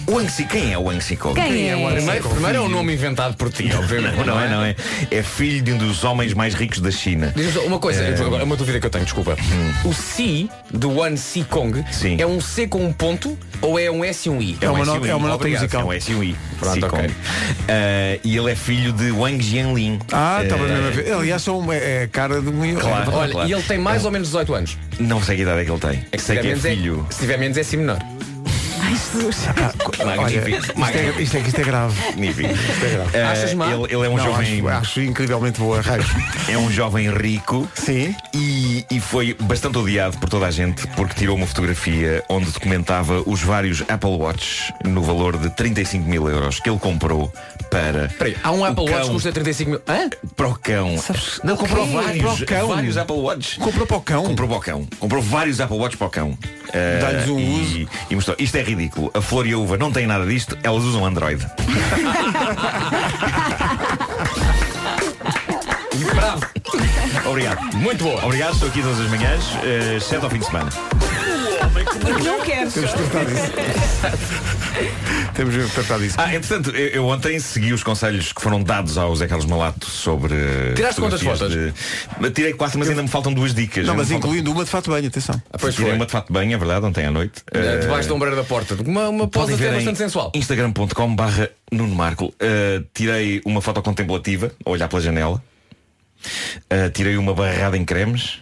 Speaker 13: Wang Xi, quem é Wang Xikong?
Speaker 5: Quem Quem é é? Wang
Speaker 13: Primeiro,
Speaker 5: Xikong?
Speaker 13: primeiro é um nome inventado por ti, obviamente. Não, não é, não é. É filho de um dos homens mais ricos da China.
Speaker 5: Diz-me só uma coisa,
Speaker 13: Eh, Hum.
Speaker 5: agora, uma dúvida que eu tenho, desculpa. O Si do One Si Kong é um C com um ponto ou é um S e um I?
Speaker 13: É, um SUI. Obrigado. É um SUI.
Speaker 5: Pronto,
Speaker 13: Sim,
Speaker 5: ok.
Speaker 13: com- Eh, e ele é filho de Wang Jianlin.
Speaker 1: Ah,
Speaker 5: tá
Speaker 1: estava
Speaker 13: Eh,
Speaker 1: mesmo a ver. Aliás, é uma é a cara de um.
Speaker 13: Claro,
Speaker 5: Olha,
Speaker 13: claro. É. Eh,
Speaker 5: e ele tem mais ou menos 18 anos.
Speaker 13: Não sei que idade é que ele tem.
Speaker 5: É que se
Speaker 13: sei que é
Speaker 5: tiver menos é-
Speaker 13: filho.
Speaker 5: se tiver menos é si menor.
Speaker 3: Ai, Jesus.
Speaker 13: Ah,
Speaker 1: Isto
Speaker 13: Magnífico.
Speaker 1: é, isto, é, isto é grave.
Speaker 13: Magnífico.
Speaker 1: Isto é grave.
Speaker 13: Eh, Ele, ele é um
Speaker 1: Não,
Speaker 13: jovem.
Speaker 1: Acho, acho incrivelmente boa. Raios.
Speaker 13: É um jovem rico
Speaker 1: Sim.
Speaker 13: E, e foi bastante odiado por toda a gente porque tirou uma fotografia onde documentava os vários Apple Watch no valor de 35 mil euros que ele comprou para.
Speaker 5: Há um
Speaker 13: o
Speaker 5: Apple Watch
Speaker 13: cão-
Speaker 5: que custa 35 mil. Hã?
Speaker 13: Para o cão. Não, comprou
Speaker 5: Quê?
Speaker 13: vários,
Speaker 5: Para o cão?
Speaker 13: vários Apple Watch.
Speaker 1: Comprou para o cão?
Speaker 13: Comprou para o cão. Comprou vários Apple Watch para o cão. Eh,
Speaker 1: Dá-lhes um
Speaker 13: e, e mostrou. Isto é ridículo. A Flor e a Uva não têm nada disto, elas usam Android. Bravo! Obrigado. Muito boa. Obrigado, estou aqui todas as manhãs, eh, exceto ao fim de semana.
Speaker 3: Porque não queres.
Speaker 1: Temos de tratar disso.
Speaker 13: Ah, entretanto, eu, eu ontem segui os conselhos que foram dados ao Zé Carlos Malato sobre. eh,
Speaker 1: Tiraste quantas
Speaker 13: fotografias de- Tirei quatro, mas ainda me faltam duas dicas.
Speaker 1: Não,
Speaker 13: Ainda
Speaker 1: mas
Speaker 13: me faltam-
Speaker 1: incluindo uma de fato banho, atenção.
Speaker 13: Tirei uma de fato bem, é verdade, ontem à noite.
Speaker 5: Eh, Debaixo
Speaker 13: Eh,
Speaker 1: um
Speaker 5: da ombreira da porta. Uma, uma pose
Speaker 13: Podem
Speaker 5: até
Speaker 13: ver em
Speaker 5: bastante sensual.
Speaker 13: instagram.com barra Nuno Marco Uh, Tirei uma foto contemplativa A olhar pela janela Uh, Tirei uma barrada em cremes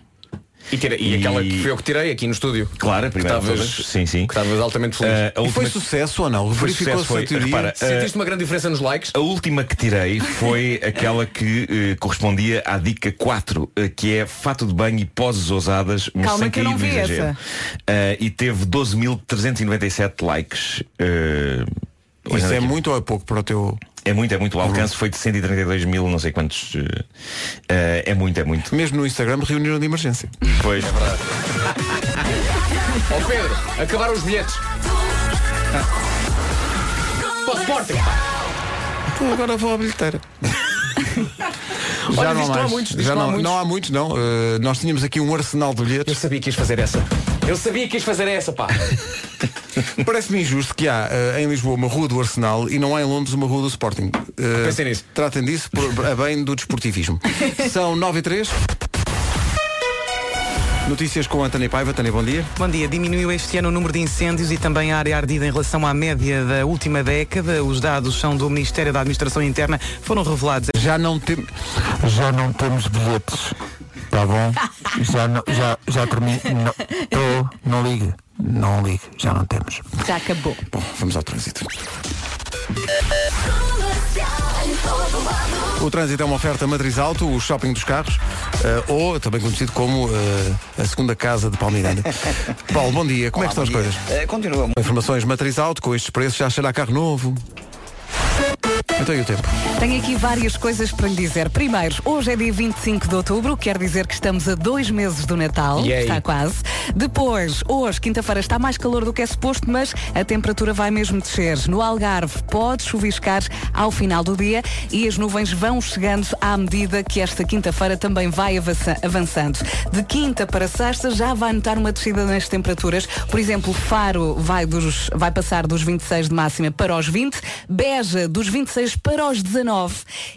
Speaker 5: E, tira- e aquela que foi eu que tirei aqui no estúdio.
Speaker 13: Claro, a primeira
Speaker 5: Que estavas-
Speaker 13: de todas. Sim, sim
Speaker 5: Que estavas altamente feliz.
Speaker 13: Uh, a
Speaker 1: E foi
Speaker 13: última-
Speaker 1: sucesso ou não?
Speaker 13: Foi
Speaker 1: Verificou-se
Speaker 13: sucesso, foi.
Speaker 1: a teoria.
Speaker 13: Repara, uh,
Speaker 5: Sentiste uma grande diferença nos likes?
Speaker 13: A última que tirei foi aquela que eh, correspondia à dica 4, eh, que é fato de banho e poses ousadas, mas
Speaker 3: Calma
Speaker 13: sem
Speaker 3: que eu
Speaker 13: cair
Speaker 3: não
Speaker 13: no
Speaker 3: vi
Speaker 13: exagero.
Speaker 3: essa.
Speaker 13: Eh, e teve 12.397 likes. eh,
Speaker 1: Isso é
Speaker 13: olhando aqui.
Speaker 1: muito ou é pouco para o teu. Uhum.
Speaker 13: É muito, é muito. O alcance foi de 132 mil, não sei quantos. eh, eh, é muito, é muito.
Speaker 1: Mesmo no Instagram reuniram de emergência.
Speaker 13: Pois. É verdade.
Speaker 5: Ó Pedro, acabaram os bilhetes.
Speaker 13: Ah.
Speaker 5: Para o Sporting.
Speaker 1: Então agora vou à bilheteira.
Speaker 5: Olha,
Speaker 1: há
Speaker 5: diz que não há
Speaker 1: mais.
Speaker 5: muitos, diz
Speaker 1: Já
Speaker 5: que não há
Speaker 1: não,
Speaker 5: muitos.
Speaker 1: não há muitos, não. Eh, nós tínhamos aqui um arsenal de bilhetes. Eu
Speaker 5: sabia que ias fazer essa. Eu sabia que ias fazer essa, pá.
Speaker 1: Parece-me injusto que há eh, em Lisboa uma rua do Arsenal e não há em Londres uma rua do Sporting. Eh,
Speaker 5: Pensem nisso.
Speaker 1: Tratem disso por, a bem do desportivismo. São 9 e 3. Notícias com António Paiva. Tânia, bom dia.
Speaker 4: Bom dia. Diminuiu este ano o número de incêndios e também a área ardida em relação à média da última década. Os dados são do Ministério da Administração Interna. Foram revelados.
Speaker 1: Já não temos.
Speaker 14: Já não temos bilhetes. Tá bom? Já, não- já, já terminei. Não, tô, não ligue. Não ligue. Já não temos.
Speaker 3: Já acabou.
Speaker 1: Bom, vamos ao trânsito. O trânsito é uma oferta matriz alto, o shopping dos carros, eh, ou também conhecido como eh, a segunda casa de Paulo Miranda. Paulo, bom dia. Como é que estão as coisas?
Speaker 2: Eh, Continua.
Speaker 1: Informações matriz alto, com estes preços já será carro novo. Então e o tempo?
Speaker 3: Tenho aqui várias coisas para lhe dizer. Primeiro, hoje é dia 25 de outubro, quer dizer que estamos a dois meses do Natal,
Speaker 13: é
Speaker 6: Yay.
Speaker 3: está quase. Depois, hoje, quinta-feira, está mais calor do que é suposto, mas a temperatura vai mesmo descer. No Algarve pode chuviscar ao final do dia e as nuvens vão chegando à medida que esta quinta-feira também vai avança- avançando. De quinta para sexta já vai notar uma descida nas temperaturas. Por exemplo, Faro vai, dos- vai passar dos 26 de máxima para os 20, Beja dos 26 para os 19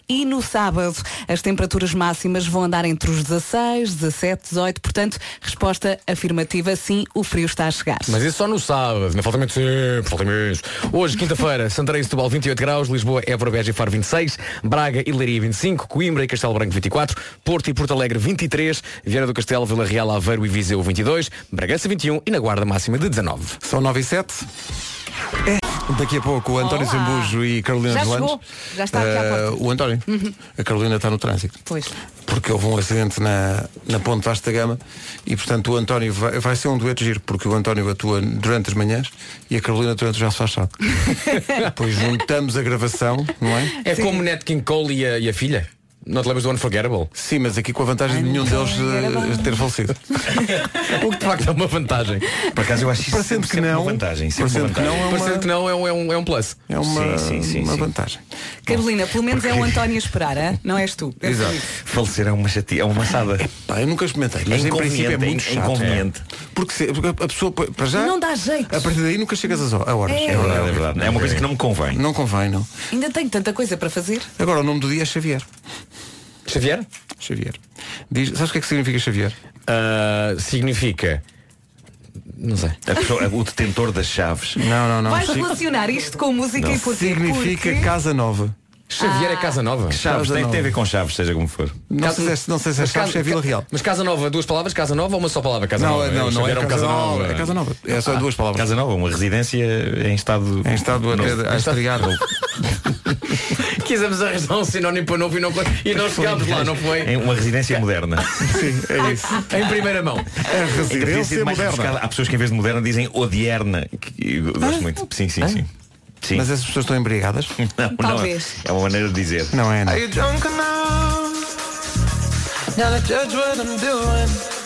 Speaker 3: e no sábado as temperaturas máximas vão andar entre os 16, 17, 18, portanto, resposta afirmativa, sim, o frio está a chegar.
Speaker 5: Mas isso só no sábado, não falta muito tempo, falta mesmo. Hoje, quinta-feira, Santarém e Setúbal 28 graus, Lisboa, Évora, Beja e Faro 26, Braga e Leiria 25, Coimbra e Castelo Branco 24, Porto e Porto Alegre 23, Vieira do Castelo, Vila Real, Aveiro e um Viseu 22, Bragança 21 e na Guarda máxima de 19.
Speaker 1: São 9 e 7. Daqui a pouco, o António
Speaker 3: É. Olá.
Speaker 1: Zambujo e Carolina
Speaker 3: Já
Speaker 1: dos Landes.
Speaker 3: chegou. Já está aqui à
Speaker 1: Eh,
Speaker 3: porta.
Speaker 1: O António.
Speaker 3: Uhum.
Speaker 1: A Carolina está no trânsito.
Speaker 3: Pois.
Speaker 1: Porque houve um acidente na, na Ponte Vasta Gama e, portanto, o António vai, vai ser um dueto giro, porque o António atua durante as manhãs e a Carolina durante o Já Se Faz Tarde. Depois juntamos a gravação, não é?
Speaker 5: É como Nat King Cole e a, e a filha. Não te lembras do Unforgettable?
Speaker 1: Sim, mas aqui com a vantagem de nenhum deles eh, ter falecido.
Speaker 5: o que de facto é uma vantagem.
Speaker 13: Por acaso eu acho isso
Speaker 5: Parecendo que não,
Speaker 13: vantagem, sempre
Speaker 5: Parecendo
Speaker 13: uma
Speaker 5: que não
Speaker 13: vantagem.
Speaker 5: é uma...
Speaker 13: Parecendo que
Speaker 5: é um, é um, plus.
Speaker 1: É
Speaker 13: uma- Sim, sim, sim, uma sim.
Speaker 1: vantagem.
Speaker 3: Carolina, pelo menos é o António a esperar, hã? não és tu. É
Speaker 13: Exato.
Speaker 3: comigo.
Speaker 13: Falecer é uma chatia, é uma maçada.
Speaker 1: eu nunca experimentei, mas em princípio é muito chato. É.
Speaker 13: Inconveniente.
Speaker 1: Porque, se- porque a pessoa, para já,
Speaker 3: Não dá jeito.
Speaker 1: a partir daí nunca chegas às horas. a horas.
Speaker 3: É. É verdade,
Speaker 13: é verdade. É uma coisa que não me convém.
Speaker 1: Não convém, não.
Speaker 3: Ainda tenho tanta coisa para fazer.
Speaker 1: Agora, o nome do dia é Xavier.
Speaker 5: Xavier?
Speaker 1: Xavier. Diz, sabes o que é que significa Xavier?
Speaker 5: Ah, significa. Não sei.
Speaker 13: A pessoa- o detentor das chaves.
Speaker 1: Não, não,
Speaker 3: Vais relacionar isto com música
Speaker 13: Não.
Speaker 3: e porquê? Porque-
Speaker 1: Casa Nova. é
Speaker 5: Xavier é Casa Nova.
Speaker 13: Que chaves,
Speaker 5: Casa
Speaker 13: tem, tem a
Speaker 5: Nova.
Speaker 13: ver com chaves, seja como for.
Speaker 1: Não sei se- não sei se é
Speaker 5: Mas
Speaker 1: Chaves,
Speaker 5: Casa-
Speaker 1: é Vila Real.
Speaker 5: Mas Casa Nova, duas palavras, Casa Nova ou uma só palavra? Casa
Speaker 1: Não,
Speaker 5: Nova.
Speaker 1: não,
Speaker 5: Eu
Speaker 1: não é
Speaker 5: sabia, era um
Speaker 1: Casa Nova, é Casa Nova. É só duas palavras.
Speaker 13: Casa Nova, uma residência em estado.
Speaker 1: Em estado
Speaker 13: novo.
Speaker 1: a- a estrear.
Speaker 5: Quisemos arranjar um sinónimo para novo e não, e não chegámos lá, não foi?
Speaker 13: Em uma residência moderna.
Speaker 1: Sim, é isso.
Speaker 5: Em primeira mão.
Speaker 1: É
Speaker 13: É que devia ser mais rebuscada. Há pessoas que em vez de moderna dizem odierna. que eu
Speaker 5: Ah,
Speaker 13: gosto muito. Sim, sim, sim. sim.
Speaker 1: Mas essas pessoas estão embriagadas?
Speaker 13: Não,
Speaker 1: Talvez.
Speaker 13: não. É uma maneira de dizer.
Speaker 1: Não é, não.
Speaker 15: Are you
Speaker 9: um
Speaker 15: drunk enough? Now to judge what I'm doing.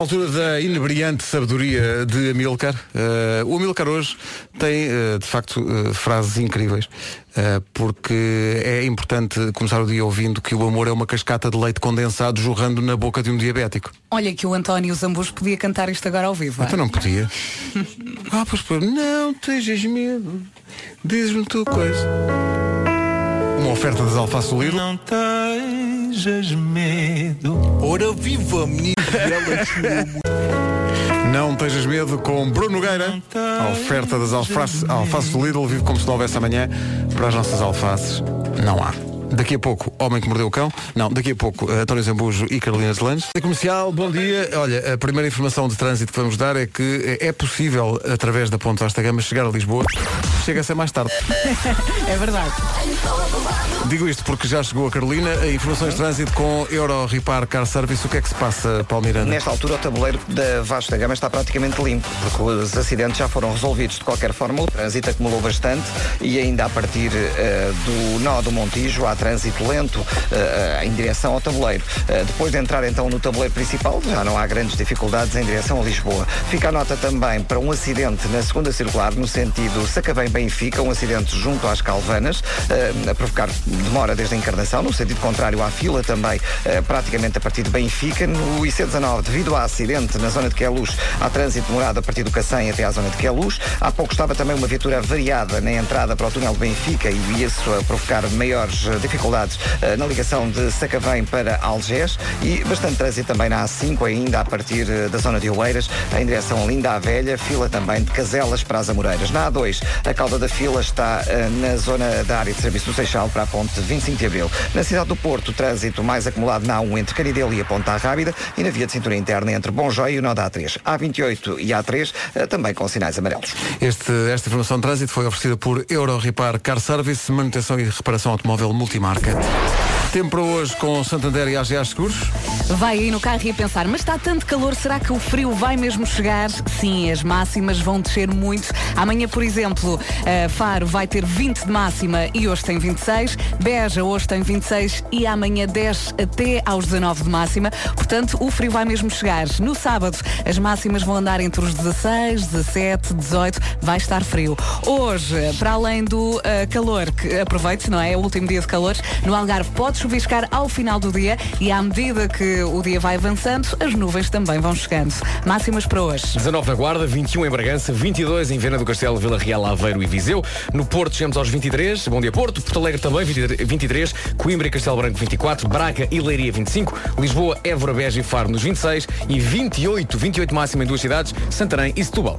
Speaker 1: altura da inebriante sabedoria de Amilcar. Eh, o Amilcar hoje tem, eh, de facto, eh, frases incríveis, eh, porque é importante começar o dia ouvindo que o amor é uma cascata de leite condensado jorrando na boca de um diabético.
Speaker 3: Olha que o António Zambujo podia cantar isto agora ao vivo.
Speaker 1: Então não podia. ah, pois, pois, não tejas medo, dizes-me tu coisa. Uma oferta das alfaces do Lidl.
Speaker 15: Não tejas medo. Ora viva, menino.
Speaker 1: Não tejas medo com Bruno Nogueira. A oferta das alfaces, alfaces do Lidl vive como se não houvesse amanhã. Para as nossas alfaces, não há. Daqui a pouco, Homem que Mordeu o Cão. Não, daqui a pouco, eh, António Zambujo e Carolina Zelandes. E Comercial, bom dia. Olha, a primeira informação de trânsito que vamos dar é que eh, é possível, através da Ponte Vasta Gama, chegar a Lisboa. Chega-se a mais tarde.
Speaker 3: é verdade.
Speaker 1: Digo isto porque já chegou a Carolina. A informações de trânsito com Euro Repar Car Service. O que é que se passa, Paulo Miranda?
Speaker 2: Nesta altura, o tabuleiro da Vasta Gama está praticamente limpo, porque os acidentes já foram resolvidos de qualquer forma. O trânsito acumulou bastante e ainda a partir eh, do nó do Montijo há trânsito lento eh, em direção ao tabuleiro. Eh, depois de entrar então no tabuleiro principal, já não há grandes dificuldades em direção a Lisboa. Fica a nota também para um acidente na segunda circular, no sentido Sacavém-Benfica, um acidente junto às Calvanas, eh, a provocar demora desde a encarnação, no sentido contrário à fila também, eh, praticamente a partir de Benfica. No IC19, devido a acidente na zona de Queluz, há trânsito demorado a partir do Cacém até à zona de Queluz. Há pouco estava também uma viatura avariada na entrada para o túnel de Benfica e isso a provocar maiores eh, dificuldades eh, na ligação de Sacavém para Algés e bastante trânsito também na A5 ainda a partir eh, da zona de Oeiras em direção a Linda à Velha, fila também de Caselas para as Amoreiras. Na A2, a cauda da fila está eh, na zona da área de serviço do Seixal para a ponte 25 de Abril. Na cidade do Porto, trânsito mais acumulado na A1 entre Caridelo e a Ponta Rábida e na via de cintura interna entre Bom Joia e o nó da A3. A28 e A3 eh, também com sinais amarelos.
Speaker 1: Este- esta informação de trânsito foi oferecida por Euro Repar Car Service, manutenção e reparação automóvel multimarca. Tempo para hoje com Santander e AGA Seguros.
Speaker 3: Vai aí no carro e a pensar, mas está tanto calor, será que o frio vai mesmo chegar? Sim, as máximas vão descer muito. Amanhã, por exemplo, eh, Faro vai ter 20 de máxima e hoje tem 26. Beja hoje tem 26 e amanhã 10 até aos 19 de máxima. Portanto, o frio vai mesmo chegar. No sábado, as máximas vão andar entre os 16, 17, 18. Vai estar frio. Hoje, para além do eh, calor, que aproveite, não é? É o último dia de calor. No Algarve pode chuviscar ao final do dia e à medida que o dia vai avançando, as nuvens também vão chegando. Máximas para hoje.
Speaker 5: 19 na Guarda, 21 em Bragança, 22 em Viana do Castelo, Vila Real, Aveiro e Viseu. No Porto chegamos aos 23. Bom dia, Porto. Porto Alegre também, 23. 23, Coimbra e Castelo Branco, 24. Braga e Leiria, 25. Lisboa, Évora, Beja e Faro, nos 26. E 28, 28 máximo em duas cidades, Santarém e Setúbal.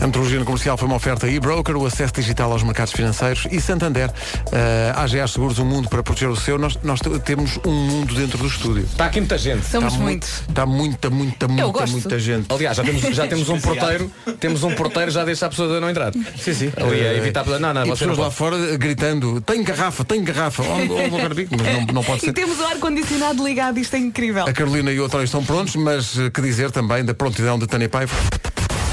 Speaker 1: A metrologia no comercial foi uma oferta e-broker, o acesso digital aos mercados financeiros e Santander. Uh, AGA Seguros, um mundo para proteger o seu. Nós, nós te- temos um mundo dentro do estúdio.
Speaker 5: Está aqui muita gente.
Speaker 1: Está mu- Está muita, muita,
Speaker 5: Hum,
Speaker 1: muita, muita gente.
Speaker 5: Aliás, já temos, já temos um porteiro, temos um porteiro já deixa a pessoa de não entrar. Sim, Eh, sim. Ali a evitar Não, não,
Speaker 1: Eh, e
Speaker 5: você não
Speaker 1: pessoas lá
Speaker 5: pode.
Speaker 1: fora eh, gritando, tem garrafa, tem garrafa, onde, onde lugar digo, mas não, não pode
Speaker 3: E
Speaker 1: ser.
Speaker 5: Então-
Speaker 3: temos o ar-condicionado ligado, isto é incrível.
Speaker 1: A Carolina e o António estão prontos, mas eh, que dizer também da prontidão de Tânia Paiva.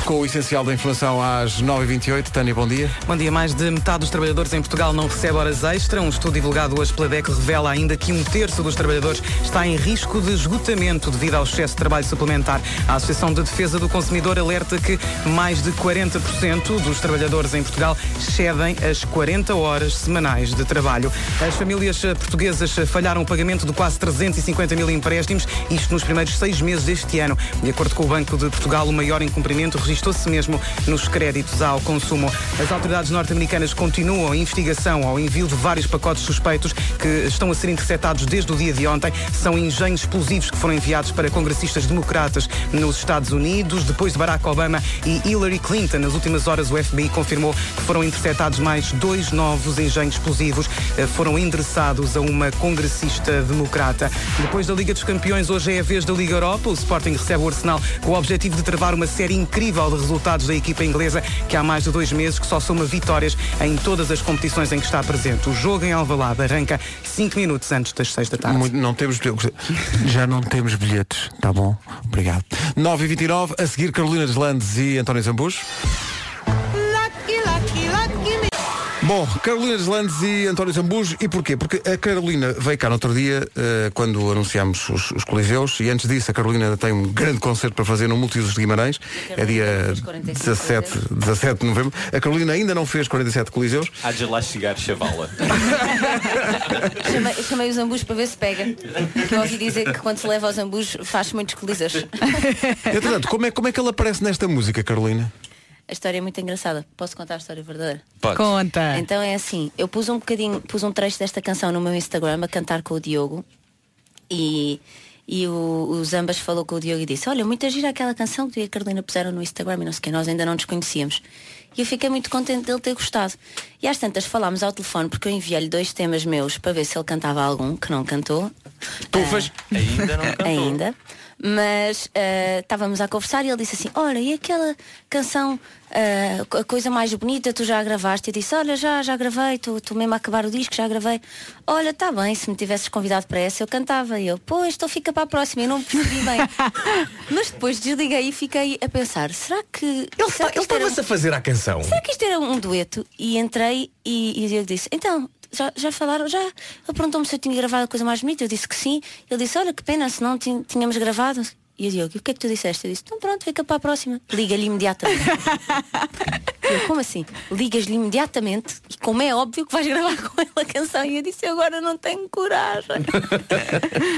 Speaker 1: Com o essencial da informação às 9h28. Tânia, bom dia.
Speaker 4: Bom dia. Mais de metade dos trabalhadores em Portugal não recebe horas extra. Um estudo divulgado hoje pela DEC revela ainda que um terço dos trabalhadores está em risco de esgotamento devido ao excesso de trabalho suplementar. A Associação de Defesa do Consumidor alerta que mais de 40% dos trabalhadores em Portugal cedem as 40 horas semanais de trabalho. As famílias eh, portuguesas eh, falharam o pagamento de quase 350 mil empréstimos, isto nos primeiros seis meses deste ano. De acordo com o Banco de Portugal, o maior incumprimento registou-se mesmo nos créditos ao consumo. As autoridades norte-americanas continuam a investigação ao envio de vários pacotes suspeitos que estão a ser interceptados desde o dia de ontem. São engenhos explosivos que foram enviados para congressistas democratas nos Estados Unidos, depois de Barack Obama e Hillary Clinton. Nas últimas horas, o FBI confirmou que foram interceptados mais dois novos engenhos explosivos. eh, Foram endereçados a uma congressista democrata. Depois da Liga dos Campeões, hoje é a vez da Liga Europa. O Sporting recebe o Arsenal com o objetivo de travar uma série incrível de resultados da equipa inglesa, que há mais de dois meses que só soma vitórias em todas as competições em que está presente. O jogo em Alvalade arranca cinco minutos antes das seis da tarde.
Speaker 1: Muito- não temos Já não temos bilhetes, tá bom? Obrigado. 9h29, a seguir Carolina Deslandes e António Zambus.
Speaker 15: Lucky, lucky, lucky me.
Speaker 1: Bom, Carolina Deslandes e António Zambujo, e porquê? Porque a Carolina veio cá no outro dia, eh, quando anunciámos os, os Coliseus, e antes disso a Carolina tem um grande concerto para fazer no Multiusos de Guimarães, é dia 17, 17 de novembro. A Carolina ainda não fez 47 Coliseus,
Speaker 9: Há de lá chegar, chavala.
Speaker 16: Chamei, chamei os ambus para ver se pega. Porque eu ouvi dizer que quando se leva aos ambus faz muitos colisas.
Speaker 1: Entretanto, como é, como é que ela aparece nesta música, Carolina?
Speaker 16: A história é muito engraçada. Posso contar a história verdadeira?
Speaker 1: Pode. Conta.
Speaker 16: Então é assim, eu pus um bocadinho, pus um trecho desta canção no meu Instagram a cantar com o Diogo e, e o, o Zambas falou com o Diogo e disse, olha, muita gira aquela canção que tu e a Carolina puseram no Instagram e não sei o que, nós ainda não nos conhecíamos. E eu fiquei muito contente dele ter gostado. E às tantas falámos ao telefone porque eu enviei-lhe dois temas meus para ver se ele cantava algum, que não cantou.
Speaker 9: Tufas. Ainda não cantou.
Speaker 16: Ainda. Mas ah, estávamos a conversar e ele disse assim, olha, e aquela canção, ah, a coisa mais bonita, tu já a gravaste? Eu disse, olha, já, já gravei, tu, tu mesmo a acabar o disco, já gravei. Olha, está bem, se me tivesses convidado para essa, eu cantava. E eu, pois, então fica para a próxima, eu não percebi bem. Mas depois desliguei e fiquei a pensar, será que... Ele,
Speaker 5: Ah, Ele estava-se a fazer à canção.
Speaker 16: Será que isto era um dueto? E entrei e, e o Diogo disse, então, já, já falaram, já Ele perguntou-me se eu tinha gravado a coisa mais bonita, eu disse que sim. Ele disse, olha que pena, se não tin- tínhamos gravado. E o Diogo, e o que é que tu disseste? Eu disse, então pronto, fica para a próxima. Liga-lhe imediatamente. eu, como assim? Ligas-lhe imediatamente e como é óbvio que vais gravar com ele a canção. E eu disse, eu agora não tenho coragem.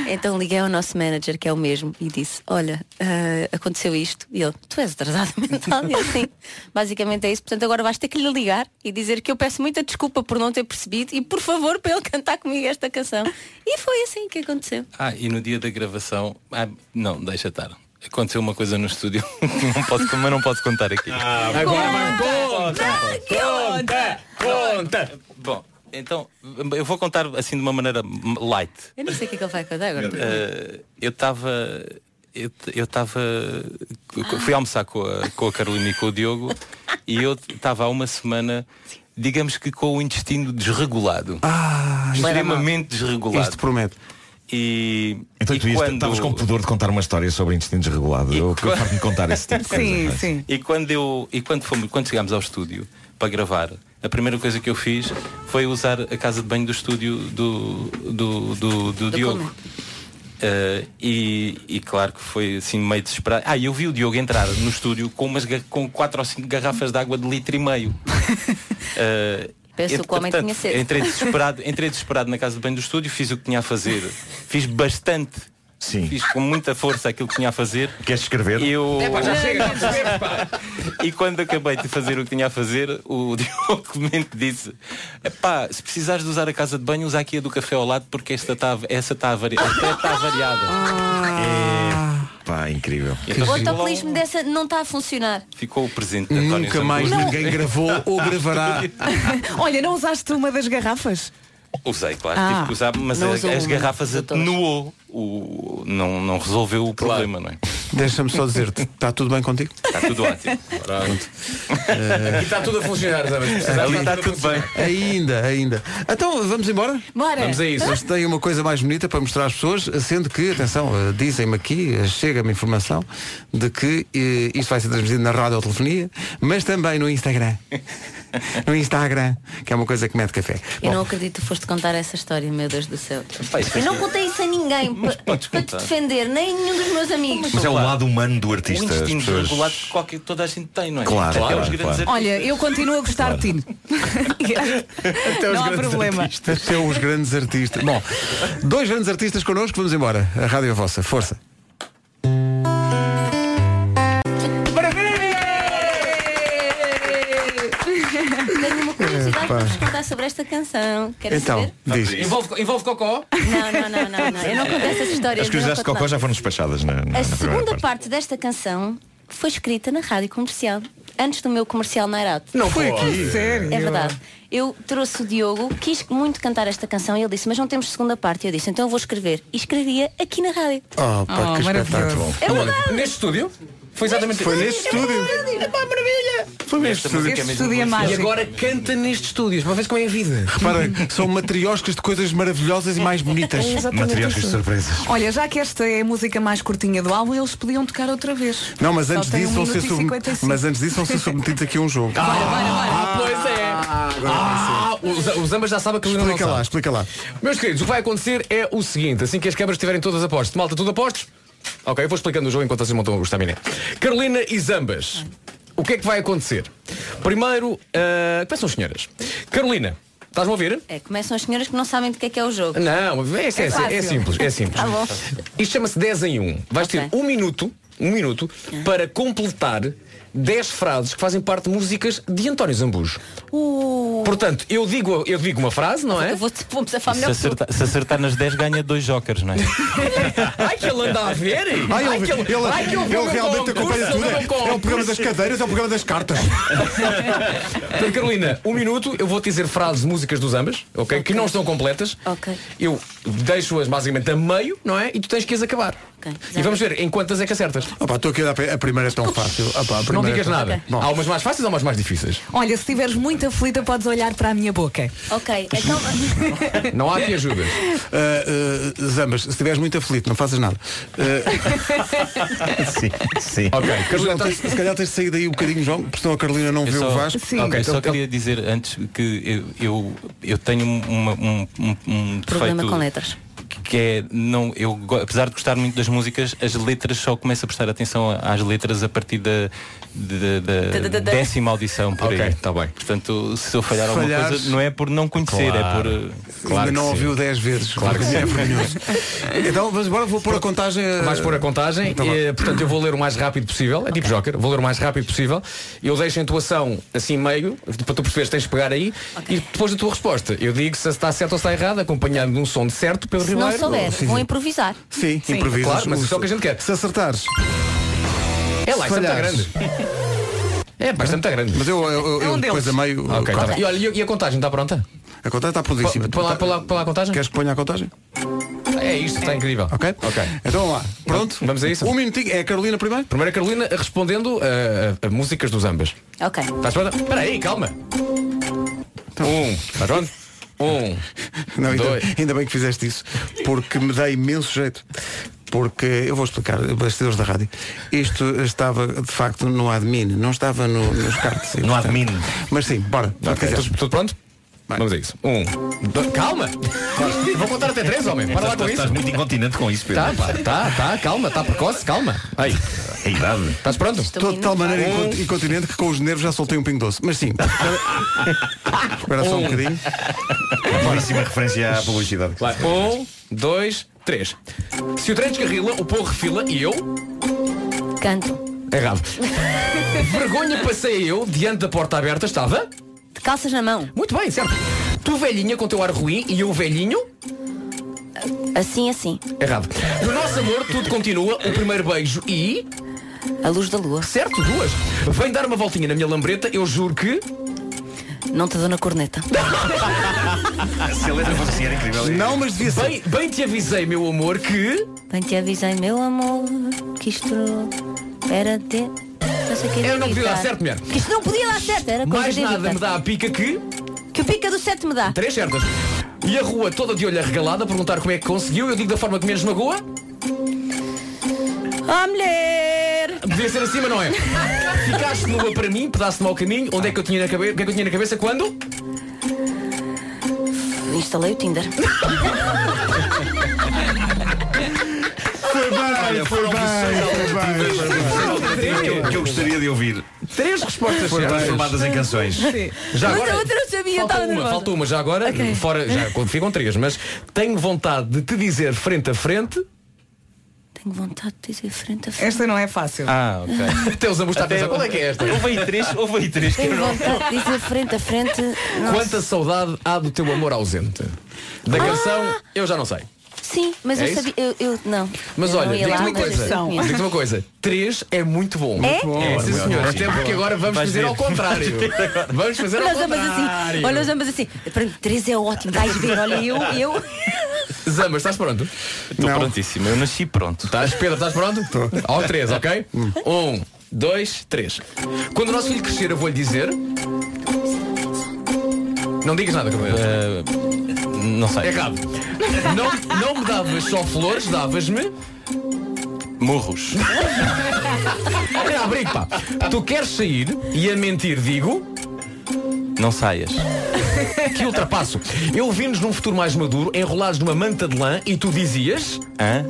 Speaker 16: então liguei ao nosso manager, que é o mesmo, e disse, olha, ah, aconteceu isto. E ele, tu és atrasado mental. E eu, sim, basicamente é isso. Portanto, agora vais ter que lhe ligar e dizer que eu peço muita desculpa por não ter percebido e, por favor, para ele cantar comigo esta canção. E foi assim que aconteceu.
Speaker 9: Ah, e no dia da gravação. Ah, não, deixa estar. Aconteceu uma coisa no estúdio que não posso, mas não posso contar aqui.
Speaker 5: Agora vai, conta,
Speaker 16: Ah!
Speaker 5: conta, conta.
Speaker 9: Bom, então eu vou contar assim de uma maneira light.
Speaker 16: Eu não sei o que é que ele vai cantar agora.
Speaker 9: Eh, eu estava. Eu t- eu estava. Fui almoçar com a, com a Carolina e com o Diogo e eu estava há uma semana, digamos que com o intestino desregulado.
Speaker 1: Ah,
Speaker 9: extremamente
Speaker 1: é
Speaker 9: desregulado.
Speaker 13: Isto
Speaker 1: promete.
Speaker 9: E.
Speaker 13: Então
Speaker 9: e
Speaker 13: tu ias- estavas com pudor de contar uma história sobre intestino desregulado. Eu eu farto de contar esse tipo de coisa. mas-
Speaker 9: E quando eu e quando fomos, quando chegámos ao estúdio para gravar, a primeira coisa que eu fiz foi usar a casa de banho do estúdio do do, do, do Diogo. Eh, e, e claro que foi assim meio desesperado. Ah, e eu vi o Diogo entrar no estúdio com umas ga- com quatro ou cinco garrafas de água de litro e meio. Eh,
Speaker 16: Penso
Speaker 9: ent-
Speaker 16: que o homem
Speaker 9: portanto,
Speaker 16: tinha sede.
Speaker 9: Entrei desesperado, entrei desesperado na casa de banho do estúdio, fiz o que tinha a fazer. Fiz bastante.
Speaker 13: Sim.
Speaker 9: Fiz com muita força aquilo que tinha a fazer.
Speaker 13: Queres escrever?
Speaker 9: Eu...
Speaker 13: Epá, É já chega,
Speaker 9: E quando acabei de fazer o que tinha a fazer, o Diogo Clemente disse: "Epá, se precisares de usar a casa de banho, usa tá,
Speaker 13: Ah.
Speaker 9: aqui a do café ao lado, porque esta está essa está a vari- a teta está variada.
Speaker 13: pá, incrível.
Speaker 9: Então,
Speaker 16: O
Speaker 9: assim,
Speaker 16: autocolismo dessa não está a funcionar.
Speaker 9: Ficou o presente de António
Speaker 1: Nunca mais
Speaker 9: Zambujo.
Speaker 1: ninguém gravou ou gravará.
Speaker 3: Olha, não usaste uma das garrafas?
Speaker 9: Usei, claro,
Speaker 3: Ah,
Speaker 9: tive que usar, mas
Speaker 3: não
Speaker 9: a- as,
Speaker 3: usou uma,
Speaker 9: garrafas atenuou. O, não, não resolveu o problema, não é?
Speaker 1: Deixa-me só dizer-te, está tudo bem contigo?
Speaker 9: Está tudo ótimo. Eh,
Speaker 5: E está tudo a funcionar, sabes? Precisava
Speaker 1: Ali
Speaker 5: estar
Speaker 1: está
Speaker 5: tudo bem.
Speaker 1: Ainda, ainda. Então, vamos embora?
Speaker 3: Bora.
Speaker 5: Vamos a isso.
Speaker 1: Mas tem uma coisa mais bonita para mostrar às pessoas, sendo que, atenção, eh, dizem-me aqui, eh, chega-me informação de que eh, isto vai ser transmitido na rádio ou telefonia, mas também no Instagram. No Instagram, que é uma coisa que mete café.
Speaker 16: Eu não acredito que foste contar essa história, meu Deus do céu.
Speaker 1: Pai, isso
Speaker 16: Eu não
Speaker 1: é-
Speaker 16: contei isso a ninguém pa- para,
Speaker 1: podes
Speaker 16: te
Speaker 9: tá.
Speaker 1: contar.
Speaker 16: defender, nem nenhum dos meus amigos.
Speaker 13: Mas é o
Speaker 9: um
Speaker 13: lado humano do
Speaker 9: O
Speaker 13: artista. as
Speaker 9: instinto
Speaker 13: pessoas-
Speaker 9: regulado que qualquer, toda a gente tem, não é?
Speaker 13: Claro,
Speaker 9: Até
Speaker 13: claro,
Speaker 9: os grandes
Speaker 13: claro.
Speaker 3: Olha, eu continuo a gostar de ti. não há problema.
Speaker 1: Artistas são os grandes artistas. Bom, dois grandes artistas connosco, vamos embora. A rádio é vossa, força.
Speaker 16: Tenho uma curiosidade para vos contar sobre esta canção. Queres saber?
Speaker 5: Envolve, envolve cocó?
Speaker 16: Não, não, não, não, não. Eu não conto essas histórias.
Speaker 13: As curiosidades de
Speaker 16: não conto
Speaker 13: Cocó
Speaker 16: nada.
Speaker 13: já foram despachadas na, na, na
Speaker 16: A
Speaker 13: primeira
Speaker 16: segunda parte desta canção foi escrita na rádio comercial, antes do meu comercial na Arauto.
Speaker 13: Não Foi foi. aqui?
Speaker 16: É
Speaker 13: Sério?
Speaker 16: verdade. Eu trouxe o Diogo, quis muito cantar esta canção e ele disse, mas não temos segunda parte. E Eu disse, então eu vou escrever. E escrevia aqui na rádio.
Speaker 1: Oh,
Speaker 5: pá, que espetáculo.
Speaker 16: É verdade.
Speaker 5: Neste estúdio? Foi exatamente
Speaker 16: Foi
Speaker 1: neste estúdio.
Speaker 16: É uma maravilha.
Speaker 1: Foi neste estúdio.
Speaker 5: é mesmo
Speaker 1: Este estúdio é
Speaker 5: gostosa. E
Speaker 1: mágico.
Speaker 5: agora canta nestes estúdios, para ver como é a vida.
Speaker 1: Repara, são matrioscas de coisas maravilhosas e mais bonitas.
Speaker 3: É exatamente Matrioscas de isso.
Speaker 13: surpresas.
Speaker 3: Olha, já que esta é a música mais curtinha do álbum, eles podiam tocar outra vez.
Speaker 1: Não, mas
Speaker 3: Só
Speaker 1: antes,
Speaker 3: tem
Speaker 1: disso,
Speaker 3: um
Speaker 1: vão ser
Speaker 3: minuto e
Speaker 1: submet-
Speaker 3: 55.
Speaker 1: mas antes disso vão ser submetidos aqui a um jogo.
Speaker 5: Ah, pois é. Ah, os- os ambas já sabem que o Lino não
Speaker 1: Explica lá,
Speaker 5: sabe.
Speaker 1: explica lá.
Speaker 5: Meus queridos, o que vai acontecer é o seguinte, assim que as câmaras estiverem todas apostas. Malta, tudo apostos? Ok, eu vou explicando o jogo enquanto vocês montam o estaminé. Carolina e Zambas, o que é que vai acontecer? Primeiro, ah, quais são as senhoras? Carolina, estás-me a ouvir?
Speaker 16: É, começam as senhoras que não sabem do que é que é o jogo.
Speaker 5: Não, é, é, é,
Speaker 16: fácil.
Speaker 5: é simples, é simples.
Speaker 16: Tá bom.
Speaker 5: Isto chama-se 10 em 1. Vais ter um minuto, um minuto,
Speaker 16: Ah.
Speaker 5: para completar 10 frases que fazem parte de músicas de António Zambujo. Portanto, eu digo, eu digo uma frase, não é?
Speaker 16: Uh. Eu vou-te vou safar
Speaker 9: Se
Speaker 16: melhor que tu.
Speaker 9: acertar, se acertar nas 10 ganha dois jokers, não é?
Speaker 5: Ai que ele anda a ver!
Speaker 1: Ai, ele,
Speaker 5: que
Speaker 1: ele-
Speaker 5: ai, que eu vou
Speaker 1: ele
Speaker 5: ao
Speaker 1: realmente
Speaker 5: concurso,
Speaker 1: acompanha
Speaker 5: eu
Speaker 1: tudo.
Speaker 5: vou
Speaker 1: É,
Speaker 5: ao
Speaker 1: é o programa
Speaker 5: concurso.
Speaker 1: das cadeiras, é o programa das cartas.
Speaker 5: Então, Carolina, um minuto, eu vou dizer frases de músicas dos ambas, ok? Que não estão completas.
Speaker 16: Ok.
Speaker 5: Eu deixo-as basicamente a meio, não é? E tu tens que as acabar. E vamos ver em quantas é que acertas.
Speaker 1: Opa, estou aqui a dar a primeira é tão fácil. Opa, a
Speaker 5: Não
Speaker 1: primeira é
Speaker 5: digas
Speaker 1: tão-
Speaker 5: nada.
Speaker 1: Bom.
Speaker 5: Há umas mais fáceis ou umas mais difíceis?
Speaker 3: Olha, se estiveres muito aflita, podes olhar para a minha boca.
Speaker 16: Ok, então.
Speaker 5: Não há que ajudas.
Speaker 1: Ah, ah, Zambas, se estiveres muito aflito, não fazes nada. Ah, sim, sim.
Speaker 5: Ok,
Speaker 1: João, tens- se calhar tens de sair daí um bocadinho, João, porque senão a Carolina não vê
Speaker 9: só-
Speaker 1: o Vasco.
Speaker 9: Ok,
Speaker 1: Então-
Speaker 9: só queria dizer antes que eu, eu, eu tenho uma- um, um, um defeito
Speaker 16: Problema com letras.
Speaker 9: que é não eu go- apesar de gostar muito das músicas as letras só começo a prestar atenção às letras a partir da, da- da
Speaker 16: Da- da- da-
Speaker 9: décima audição por
Speaker 5: Ok,
Speaker 9: aí está bem portanto se eu falhar
Speaker 1: Se
Speaker 9: alguma
Speaker 1: falhares-
Speaker 9: coisa não é por não conhecer
Speaker 1: Claro.
Speaker 9: é por eh,
Speaker 1: Ainda não ouviu 10 vezes.
Speaker 9: Claro que
Speaker 1: porque
Speaker 9: sim.
Speaker 1: é vergonhoso. Então, mas agora vou pôr a contagem. eh,
Speaker 5: Vais pôr a contagem,
Speaker 1: Tá bom.
Speaker 5: eh, portanto eu vou ler o mais rápido possível, é tipo Joker, vou ler o mais rápido possível, eu deixo a intuação assim meio, para tu perceberes tens de pegar aí, e depois da tua resposta, eu digo se está certo ou se está errado, acompanhando de um som de certo, Pedro
Speaker 16: Se
Speaker 5: Ribeiro.
Speaker 16: não souber, vou improvisar.
Speaker 1: Sim,
Speaker 5: Sim.
Speaker 1: improvisas.
Speaker 5: Claro, mas isso é o que a gente quer.
Speaker 1: Se acertares.
Speaker 5: É lá, isso é muito
Speaker 1: Falhares.
Speaker 5: grande. É bastante grande.
Speaker 1: Mas eu, eu, eu,
Speaker 5: É um
Speaker 1: depois
Speaker 5: deles.
Speaker 1: a meio.
Speaker 5: Ok, tá bem. E olha, e a- e a contagem está pronta?
Speaker 1: A contagem está prontíssima.
Speaker 5: Põe lá- põe lá- põe lá a contagem?
Speaker 1: Queres que ponha a contagem?
Speaker 5: É isto, está incrível.
Speaker 1: Ok?
Speaker 5: Ok.
Speaker 1: Então vamos lá. Pronto?
Speaker 5: Vamos a isso?
Speaker 1: Um minutinho. É a Carolina primeiro?
Speaker 5: Primeira Carolina respondendo a, a- a músicas dos ambas.
Speaker 16: Ok.
Speaker 5: Estás pronta? Espera aí, calma. Um.
Speaker 13: Então,
Speaker 5: Estás pronto? Um.
Speaker 1: Não, ainda,
Speaker 5: Dois.
Speaker 1: ainda bem que fizeste isso, porque me dá imenso jeito. Porque, eu vou explicar, bastidores da rádio, isto estava de facto no admin, não estava no, nos cards. No admin. Mas sim, bora.
Speaker 5: Ok, tudo, tudo pronto? Vamos a isso. Um. dois- calma! Vou contar até três, homem. Para lá com isso.
Speaker 13: Estás muito incontinente com isso, Pedro.
Speaker 5: Tá, pá, tá, tá, calma, tá precoce, calma. Aí.
Speaker 13: A idade. Um.
Speaker 5: Estás pronto? Um.
Speaker 1: Estou de tal maneira incont- incontinente que com os nervos já soltei um pingo doce. Mas sim. Espera só um bocadinho.
Speaker 13: Belíssima referência à publicidade.
Speaker 5: Vai. Um, dois, três. Se o trem descarrila, o povo refila e eu.
Speaker 16: Canto.
Speaker 5: Errado. Vergonha passei eu, diante da porta aberta estava.
Speaker 16: De calças na mão.
Speaker 5: Muito bem, certo. Tu velhinha com teu ar ruim e eu velhinho.
Speaker 16: Assim, assim.
Speaker 5: Errado. No nosso amor, tudo continua. O primeiro beijo e.
Speaker 16: A luz da lua.
Speaker 5: Certo, duas. Vem dar uma voltinha na minha lambreta, eu juro que.
Speaker 16: Não te dou na corneta.
Speaker 13: Se a letra fosse assim, era incrível.
Speaker 5: Não, mas devia ser. Bem, bem te avisei, meu amor, que.
Speaker 16: Bem te avisei, meu amor, que isto era de. Não sei o que
Speaker 5: Eu não podia dar
Speaker 16: evitar.
Speaker 5: certo, mulher.
Speaker 16: Que isto não podia dar certo, era coisa
Speaker 5: Mais
Speaker 16: de
Speaker 5: nada
Speaker 16: evitar.
Speaker 5: me dá a pica que.
Speaker 16: Que o pica do sete me dá.
Speaker 5: Três certas. E a rua toda de olho arregalada, a perguntar como é que conseguiu, eu digo da forma que menos magoa.
Speaker 16: Ah, mulher!
Speaker 5: Devia ser acima, não é? Ficaste nua para mim, pedaço-me ao caminho, onde é que eu tinha na cabeça? O que é que eu tinha na cabeça quando?
Speaker 16: Instalei o Tinder.
Speaker 13: Foi bem, foi bem. É Que, eu gostaria de ouvir.
Speaker 5: Três respostas
Speaker 13: Foram
Speaker 5: certas.
Speaker 13: transformadas em canções.
Speaker 16: Sim.
Speaker 5: Já
Speaker 16: Mas
Speaker 5: agora,
Speaker 16: a outra não sabia, eu
Speaker 5: falta
Speaker 16: estava
Speaker 5: uma,
Speaker 16: nervosa.
Speaker 5: falta uma já agora,
Speaker 16: Ok.
Speaker 5: fora, já ficam três, mas tenho vontade de te dizer frente a frente.
Speaker 16: Tenho vontade de dizer frente a frente.
Speaker 3: Esta não é fácil.
Speaker 5: Ah, ok. Até os ambos está a
Speaker 3: Até-
Speaker 5: pensar, qual é que é esta?
Speaker 9: Houve aí três, houve aí três
Speaker 16: Tenho vontade de dizer frente a frente. Nossa.
Speaker 5: Quanta saudade há do teu amor ausente? Da
Speaker 16: Ah!
Speaker 5: canção, eu já não sei.
Speaker 16: Sim, mas
Speaker 5: É
Speaker 16: eu
Speaker 5: isso?
Speaker 16: sabia. Eu, eu- não.
Speaker 5: Mas
Speaker 16: Eu
Speaker 5: olha,
Speaker 16: não ia
Speaker 5: digo-te
Speaker 16: lá,
Speaker 5: uma
Speaker 16: mas
Speaker 5: coisa.
Speaker 16: eu conheço.
Speaker 5: Digo-te uma coisa. Três é muito bom.
Speaker 16: Muito bom.
Speaker 5: É, sim,
Speaker 16: Muito
Speaker 5: senhor.
Speaker 16: bom.
Speaker 5: Até porque agora vamos
Speaker 16: Vais
Speaker 5: fazer
Speaker 16: ver.
Speaker 5: ao contrário. Vamos fazer ao
Speaker 16: Nós ambas
Speaker 5: contrário.
Speaker 16: assim. Olha, nós ambas assim. Para mim, três é ótimo. Vais ver, olha, eu, eu.
Speaker 5: Zambas, estás pronto?
Speaker 9: Estou prontíssimo, eu nasci pronto.
Speaker 5: Estás, Pedro, estás pronto? Estou. Ao três, ok? Um, dois, três. Quando o nosso filho crescer, eu vou-lhe dizer. Não digas nada, Camilo.
Speaker 9: Uh, não sei.
Speaker 5: Errado. Não, não me davas só flores, davas-me.
Speaker 9: Murros.
Speaker 5: Olha, abrigo, pá. Tu queres sair e a mentir, digo.
Speaker 9: Não saias.
Speaker 5: Que ultrapasso. Eu vi-nos num futuro mais maduro, enrolados numa manta de lã, e tu dizias.
Speaker 9: Hã?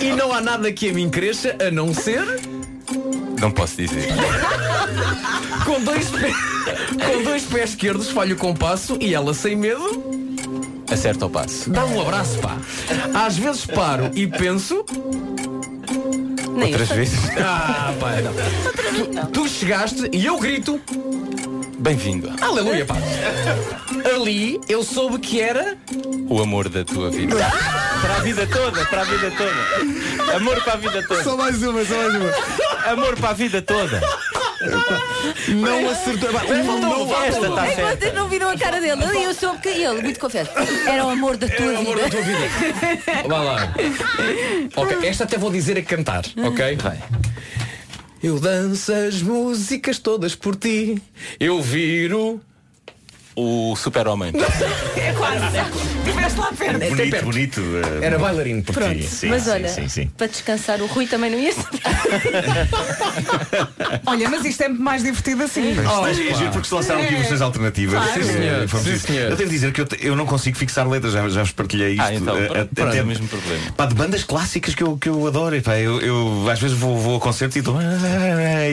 Speaker 5: E não há nada que a mim cresça a não ser.
Speaker 9: Não posso dizer.
Speaker 5: Com dois, pé- com dois pés esquerdos falho o compasso e ela sem medo
Speaker 9: Acerta o passo.
Speaker 5: dá um abraço, pá. Às vezes paro e penso.
Speaker 9: Nem Outras eu. vezes.
Speaker 5: Ah, pá, não. Tu, tu chegaste e eu grito.
Speaker 9: Bem-vindo.
Speaker 5: Aleluia, pá. Ali eu soube que era.
Speaker 9: O amor da tua vida. Para a vida toda, para a vida toda. Amor para a vida toda.
Speaker 1: Só mais uma, só mais uma.
Speaker 9: Amor para a vida toda.
Speaker 1: Não acertou.
Speaker 9: Faltou uma, faltou Esta uma. tá certa.
Speaker 16: Vocês não viram a cara dele. Ali eu soube que. Ele, muito confesso. Era o amor da tua vida.
Speaker 5: amor da tua Vai lá. Ok, esta até vou dizer a cantar, ok? Vai. Eu danço as músicas todas por ti. Eu viro.
Speaker 9: O super-homem.
Speaker 3: É quase. Estiveste lá perto.
Speaker 13: Bonito, bonito. eh,
Speaker 5: Era bailarino por
Speaker 13: Pronto,
Speaker 5: ti.
Speaker 13: sim,
Speaker 16: mas
Speaker 13: sim,
Speaker 16: olha,
Speaker 13: sim, sim.
Speaker 16: para descansar, o Rui também não ia saber.
Speaker 3: Olha, mas isto é muito mais divertido assim.
Speaker 13: Oh, é giro porque se lançaram aqui versões alternativas.
Speaker 3: Claro.
Speaker 13: Eh,
Speaker 3: Sim,
Speaker 5: senhor.
Speaker 13: foi preciso.
Speaker 5: Sim, senhor.
Speaker 13: Eu tenho de dizer que eu, te- eu não consigo fixar letras, já, já vos partilhei isto.
Speaker 9: Ah, então,
Speaker 13: eh,
Speaker 9: pronto,
Speaker 13: até-
Speaker 9: pronto,
Speaker 13: até-
Speaker 9: é o mesmo problema.
Speaker 13: Pá, de bandas clássicas que eu, que eu adoro. E, pá, eu, eu às vezes vou, vou a concerto e estou. e a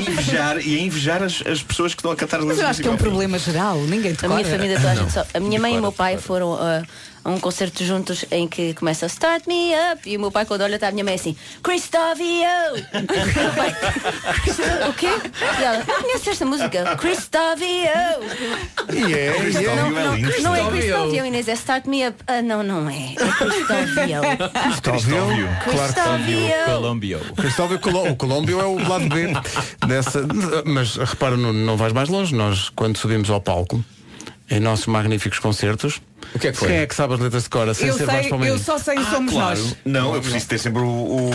Speaker 13: invejar, e a invejar as, as pessoas que estão a cantar as
Speaker 3: Mas
Speaker 13: letras.
Speaker 3: eu acho que é um
Speaker 13: musicais.
Speaker 3: problema geral. Ninguém te
Speaker 16: A minha
Speaker 3: cobra.
Speaker 16: família toda a gente sabe. A minha mãe e o meu pai foram ah, a um concerto juntos em que começa Start Me Up e o meu pai quando olha está a minha mãe assim Cristóvio! Meu pai, "Cristo- o quê? E ela, não conheces esta música? Cristóvio!
Speaker 13: E é, e é.
Speaker 16: Não,
Speaker 13: é
Speaker 16: não,
Speaker 13: lindo.
Speaker 16: não é
Speaker 13: Cristóvio.
Speaker 16: Cristóvio Inês, é Start Me Up. Ah, não, não é. É Cristóvio.
Speaker 1: Cristóvio. Claro que sim.
Speaker 16: Cristóvio.
Speaker 9: Colombio.
Speaker 1: Cristóvão, Colo- o Colômbio é o lado B dessa. Mas repara, Nuno, não vais mais longe. Nós, quando subimos ao palco, em nossos magníficos concertos,
Speaker 5: o que é que foi? Ah,
Speaker 1: Quem é que sabe as letras de cor? Sem
Speaker 3: Eu
Speaker 1: ser
Speaker 3: sei,
Speaker 1: Vasco Palmeirinho?
Speaker 3: eu só sei somos
Speaker 13: Ah, Claro,
Speaker 3: nós.
Speaker 13: não, eu preciso ter sempre o, o-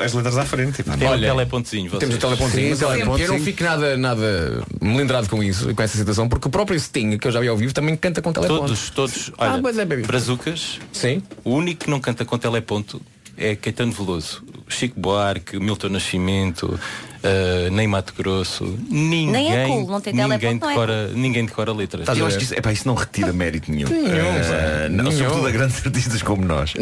Speaker 13: a- as letras à frente. pá.
Speaker 9: Tem um telepontezinho. vocês.
Speaker 5: Temos o telepontinho,
Speaker 1: Sim,
Speaker 5: o telepontinho.
Speaker 1: teleponto,
Speaker 5: Eu não
Speaker 1: sim.
Speaker 5: fico nada, nada melindrado com isso, com essa situação, porque o próprio Sting, que eu já vi ao vivo, também canta com
Speaker 13: é
Speaker 5: teleponto.
Speaker 9: Todos, todos. Olha,
Speaker 5: Ah, mas é, baby.
Speaker 9: Brazucas.
Speaker 5: Sim.
Speaker 9: O único que não canta com teleponto é Caetano Veloso. Chico Buarque, Milton Nascimento, uh, nem Mato Grosso. Ninguém,
Speaker 16: Nem é cool, não tem
Speaker 9: ninguém,
Speaker 16: teleponto, não é
Speaker 9: decora, ninguém decora letras. É.
Speaker 13: Eu acho que isso, epá, isso não retira mérito nenhum. Eh, não,
Speaker 5: Nenhum.
Speaker 13: Sobretudo a grandes artistas como nós.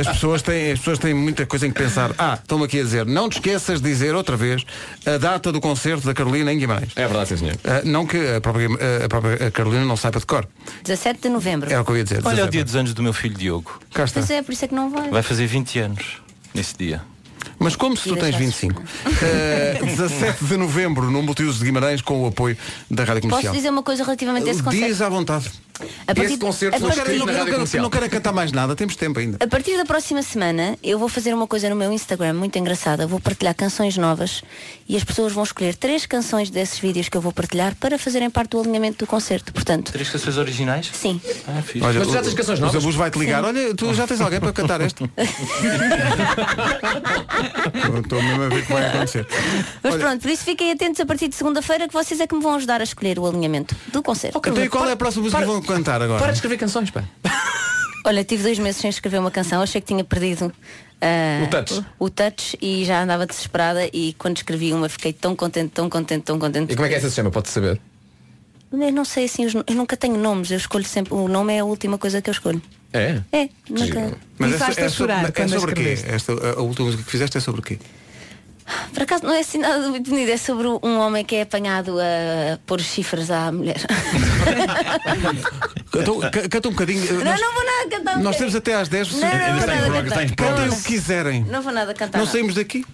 Speaker 1: As pessoas, têm, as pessoas têm muita coisa em que pensar. Ah, estão aqui a dizer, não te esqueças de dizer outra vez a data do concerto da Carolina em Guimarães.
Speaker 5: É verdade, sim, senhor.
Speaker 1: Ah, não que a própria, eh, a própria Carolina não saiba de cor.
Speaker 16: 17 de novembro.
Speaker 1: Era o que eu ia dizer.
Speaker 9: Olha é o
Speaker 1: 17.
Speaker 16: é.
Speaker 9: dia dos anos do meu filho Diogo.
Speaker 1: Cá está.
Speaker 16: Pois é, por isso é que não vai.
Speaker 9: Vai fazer 20 anos nesse dia.
Speaker 1: Mas como se tu tens 25? Eh, 17 de novembro no Multiuso de Guimarães com o apoio da Rádio
Speaker 16: Posso
Speaker 1: Comercial.
Speaker 16: dizer uma coisa relativamente a esse concerto?
Speaker 1: Diz à vontade.
Speaker 16: A partir- Esse concerto a
Speaker 1: não
Speaker 16: partir-
Speaker 1: quero, não, quero,
Speaker 16: na
Speaker 1: não
Speaker 16: Rádio
Speaker 1: quero-
Speaker 16: Comercial.
Speaker 1: não quero cantar mais nada, temos tempo ainda.
Speaker 16: A partir da próxima semana eu vou fazer uma coisa no meu Instagram muito engraçada. Vou partilhar canções novas e as pessoas vão escolher três canções desses vídeos que eu vou partilhar para fazerem parte do alinhamento do concerto. Portanto,
Speaker 9: Três canções originais?
Speaker 16: Sim.
Speaker 9: Ah, fixe.
Speaker 1: Olha, o- o Zé Bujo vai-te ligar. Olha, tu já tens alguém para cantar este? Eu Estou mesmo a ver o que vai acontecer.
Speaker 16: mas pronto, por isso fiquem atentos a partir de segunda-feira que vocês é que me vão ajudar a escolher o alinhamento do concerto.
Speaker 1: Então e qual é a próxima música que vão cantar agora?
Speaker 16: para de
Speaker 5: escrever canções, pá.
Speaker 16: Olha, tive dois meses sem escrever uma canção, achei que tinha perdido. ah,
Speaker 5: O touch.
Speaker 16: o touch e já andava desesperada e quando escrevi uma fiquei tão contente, tão contente, tão contente.
Speaker 5: E como é que essa se chama? Pode-se saber?
Speaker 16: Eu não sei assim, os no- eu nunca tenho nomes, eu escolho sempre, o nome é a última coisa que eu escolho.
Speaker 5: É?
Speaker 16: É, nunca.
Speaker 1: so- é, sobre, é sobre o quê? Esta, a, a última música que fizeste é sobre o quê?
Speaker 16: Por acaso não é assim nada muito bonito, é sobre um homem que é apanhado a pôr chifres à mulher.
Speaker 1: Então, ca- canta um bocadinho.
Speaker 16: Não,
Speaker 1: Nós-
Speaker 16: não vou nada cantar. um
Speaker 1: Nós temos até às 10
Speaker 16: Não, não, Ainda não, está em não, progress, não, está em não.
Speaker 1: Cantem
Speaker 16: progress.
Speaker 1: o que quiserem.
Speaker 16: Não tá vou nada cantar.
Speaker 1: Não
Speaker 16: nada.
Speaker 1: saímos daqui.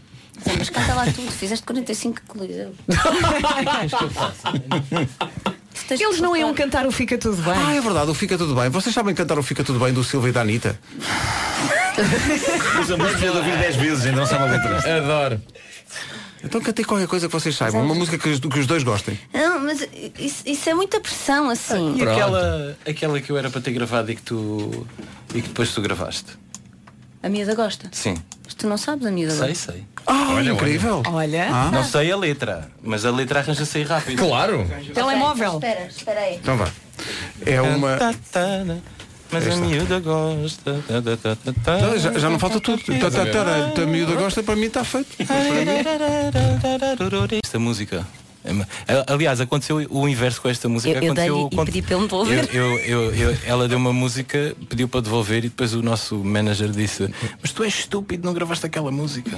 Speaker 16: Sim, mas canta lá tudo, fizeste 45 coliseu.
Speaker 3: Eles não iam cantar o Fica Tudo Bem.
Speaker 1: Ah, é verdade, o Fica Tudo Bem. Vocês sabem cantar o Fica Tudo Bem do Silva e da Anitta?
Speaker 13: Usa música de ouvir 10 vezes, ainda não sabe a letra.
Speaker 5: Adoro.
Speaker 1: Então cantei qualquer coisa que vocês saibam. Uma música que os, que os dois gostem.
Speaker 16: Não, mas isso, isso é muita pressão assim.
Speaker 9: E aquela, aquela que eu era para ter gravado e que tu. e que depois tu gravaste?
Speaker 16: A miúda gosta.
Speaker 9: Sim.
Speaker 16: Mas tu não sabes a miúda
Speaker 9: Sei,
Speaker 16: gosta.
Speaker 9: sei.
Speaker 16: Ah,
Speaker 9: Olha,
Speaker 1: incrível.
Speaker 16: É?
Speaker 3: Olha.
Speaker 9: Não sei a letra, mas a letra arranja-se aí rápido.
Speaker 5: Claro!
Speaker 3: Telemóvel.
Speaker 16: Espera, espera aí.
Speaker 1: Então vá. É uma.
Speaker 9: Tá, Mas a miúda tá, gosta. Ah,
Speaker 1: Então, já, já não falta tudo. Tá, tá, tá, tá, A miúda gosta, para mim está feito.
Speaker 9: Esta música. é uma- a- Aliás, aconteceu o inverso com esta música.
Speaker 16: Eu, eu dei
Speaker 9: aconteceu
Speaker 16: e
Speaker 9: com-
Speaker 16: pedi para ele me devolver.
Speaker 9: Eu- eu- eu- eu- ela deu uma música, pediu para devolver e depois o nosso manager disse Mas tu és estúpido, não gravaste aquela música.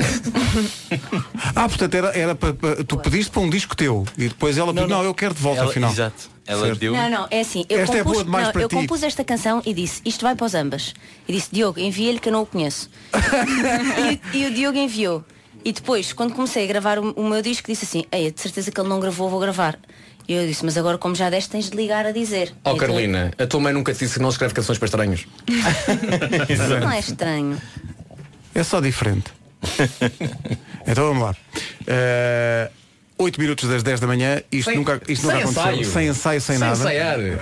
Speaker 1: Ah, portanto, era, era para, para- tu pediste para um disco teu e depois ela pediu, não, eu quero de volta
Speaker 9: Ela-
Speaker 1: afinal.
Speaker 9: Exato. Ela
Speaker 1: Certo.
Speaker 9: deu.
Speaker 16: Não, não, é assim. Eu,
Speaker 1: Esta é
Speaker 16: compus,
Speaker 1: boa demais
Speaker 16: não,
Speaker 1: para
Speaker 16: eu
Speaker 1: ti.
Speaker 16: compus esta canção e disse, isto vai para os ambas. E disse, Diogo, envia-lhe que eu não o conheço. e, e o Diogo enviou. E depois, quando comecei a gravar o, o meu disco, disse assim, ei, de certeza que ele não gravou, vou gravar. E eu disse, mas agora como já deste, tens de ligar a dizer.
Speaker 5: Oh
Speaker 16: E
Speaker 5: Carolina, a tua mãe nunca te disse que não escreve canções para estranhos.
Speaker 16: então, Não é estranho.
Speaker 1: É só diferente. então vamos lá. Eh, oito 8 minutos das 10 da manhã, isto
Speaker 5: Sem-
Speaker 1: nunca, isto nunca
Speaker 5: sem
Speaker 1: aconteceu.
Speaker 5: ensaio.
Speaker 1: Sem ensaio, sem,
Speaker 5: Sem
Speaker 1: nada.
Speaker 5: ensaiar.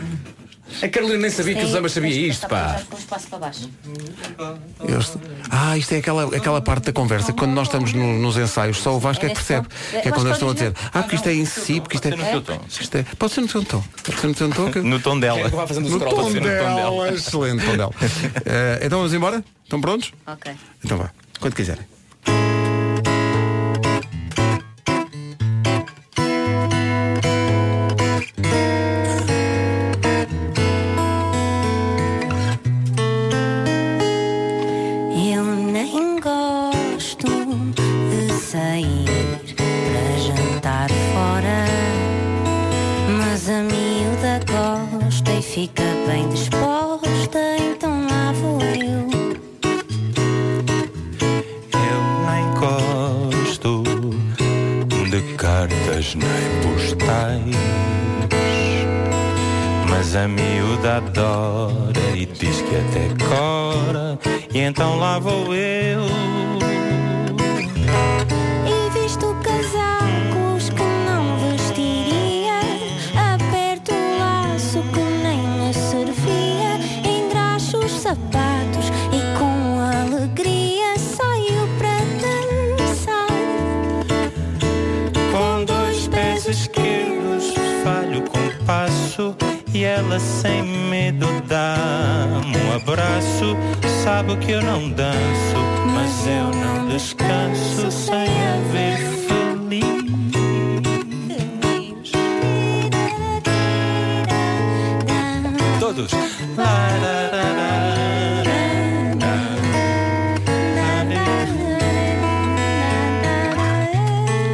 Speaker 5: A Carolina nem sabia que os ambas sabia isto, pá.
Speaker 16: Com espaço para baixo. Uhum.
Speaker 1: Eu est- Ah, isto é aquela, aquela parte da conversa. Quando nós estamos no- nos ensaios, só o Vasco é que percebe.
Speaker 3: eh,
Speaker 1: Que é quando eles estão a dizer, ah, porque isto é em si, porque isto é.
Speaker 9: no teu tom.
Speaker 1: Isto é... Pode ser no teu tom. Pode ser no teu tom. é que-
Speaker 9: No tom dela.
Speaker 1: No
Speaker 9: Quero que vá fazendo o scroll,
Speaker 1: tom
Speaker 9: pode ser no tom
Speaker 1: dela. é
Speaker 9: dela.
Speaker 1: Excelente tom dela. Eh, então vamos embora? Estão prontos?
Speaker 16: Ok.
Speaker 1: Então vá. Quando quiserem.
Speaker 16: Eu nem gosto de sair para jantar fora. Mas a miúda gosta e fica bem disposta, então lá vou eu.
Speaker 9: nem gosto de cartas nem postais. Mas a miúda adora e diz que até cora. E então lá vou eu.
Speaker 6: E visto casacos que não vestiria Aperto o laço que nem me servia Engraxo os sapatos e com alegria Saio para dançar
Speaker 9: Com dois pés esquerdos falho com passo e ela sem medo dá um abraço. Sabe que eu não danço, mas eu não descanso sem haver feliz. Todos.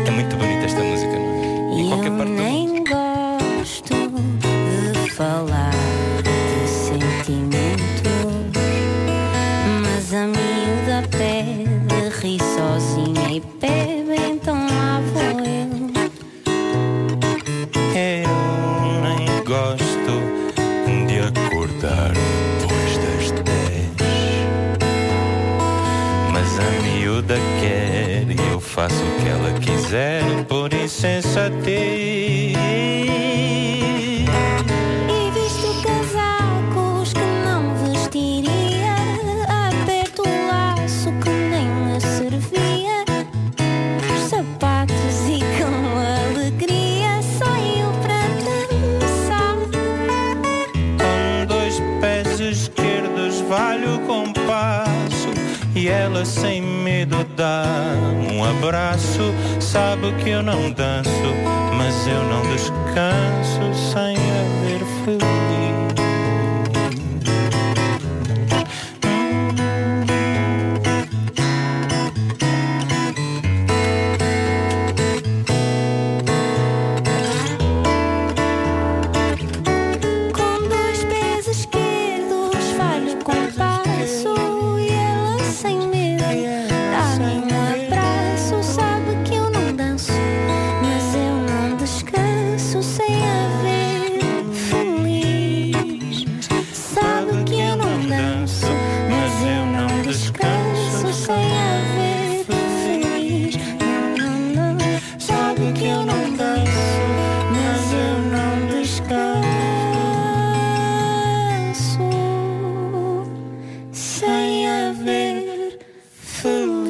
Speaker 9: É muito bonita esta música. não é? Em qualquer parte do mundo.
Speaker 16: Nem gosto de falar de sentimentos, mas a miúda pede rir sozinha então lá vou eu.
Speaker 17: Eu nem gosto de acordar depois das dez. Mas a miúda quer e eu faço o que ela quiser por insensatez.
Speaker 6: E visto casacos que não vestiria, aperto o laço que nem me servia, sapatos e com alegria saio para dançar.
Speaker 17: Com dois pés esquerdos valho o compasso E ela sem medo dá um abraço Sabe que eu não danço Mas eu não descanso sem haver feliz
Speaker 6: Com dois pés esquerdos falho o compasso E ela sem medo dá-me um abraço Sabe que eu não danço, mas eu não descanso Sem haver feliz Sabe que eu não danço, mas eu não descanso Sem haver feliz Não, não, não. Sabe que eu não danço, mas eu não descanso sem haver feliz.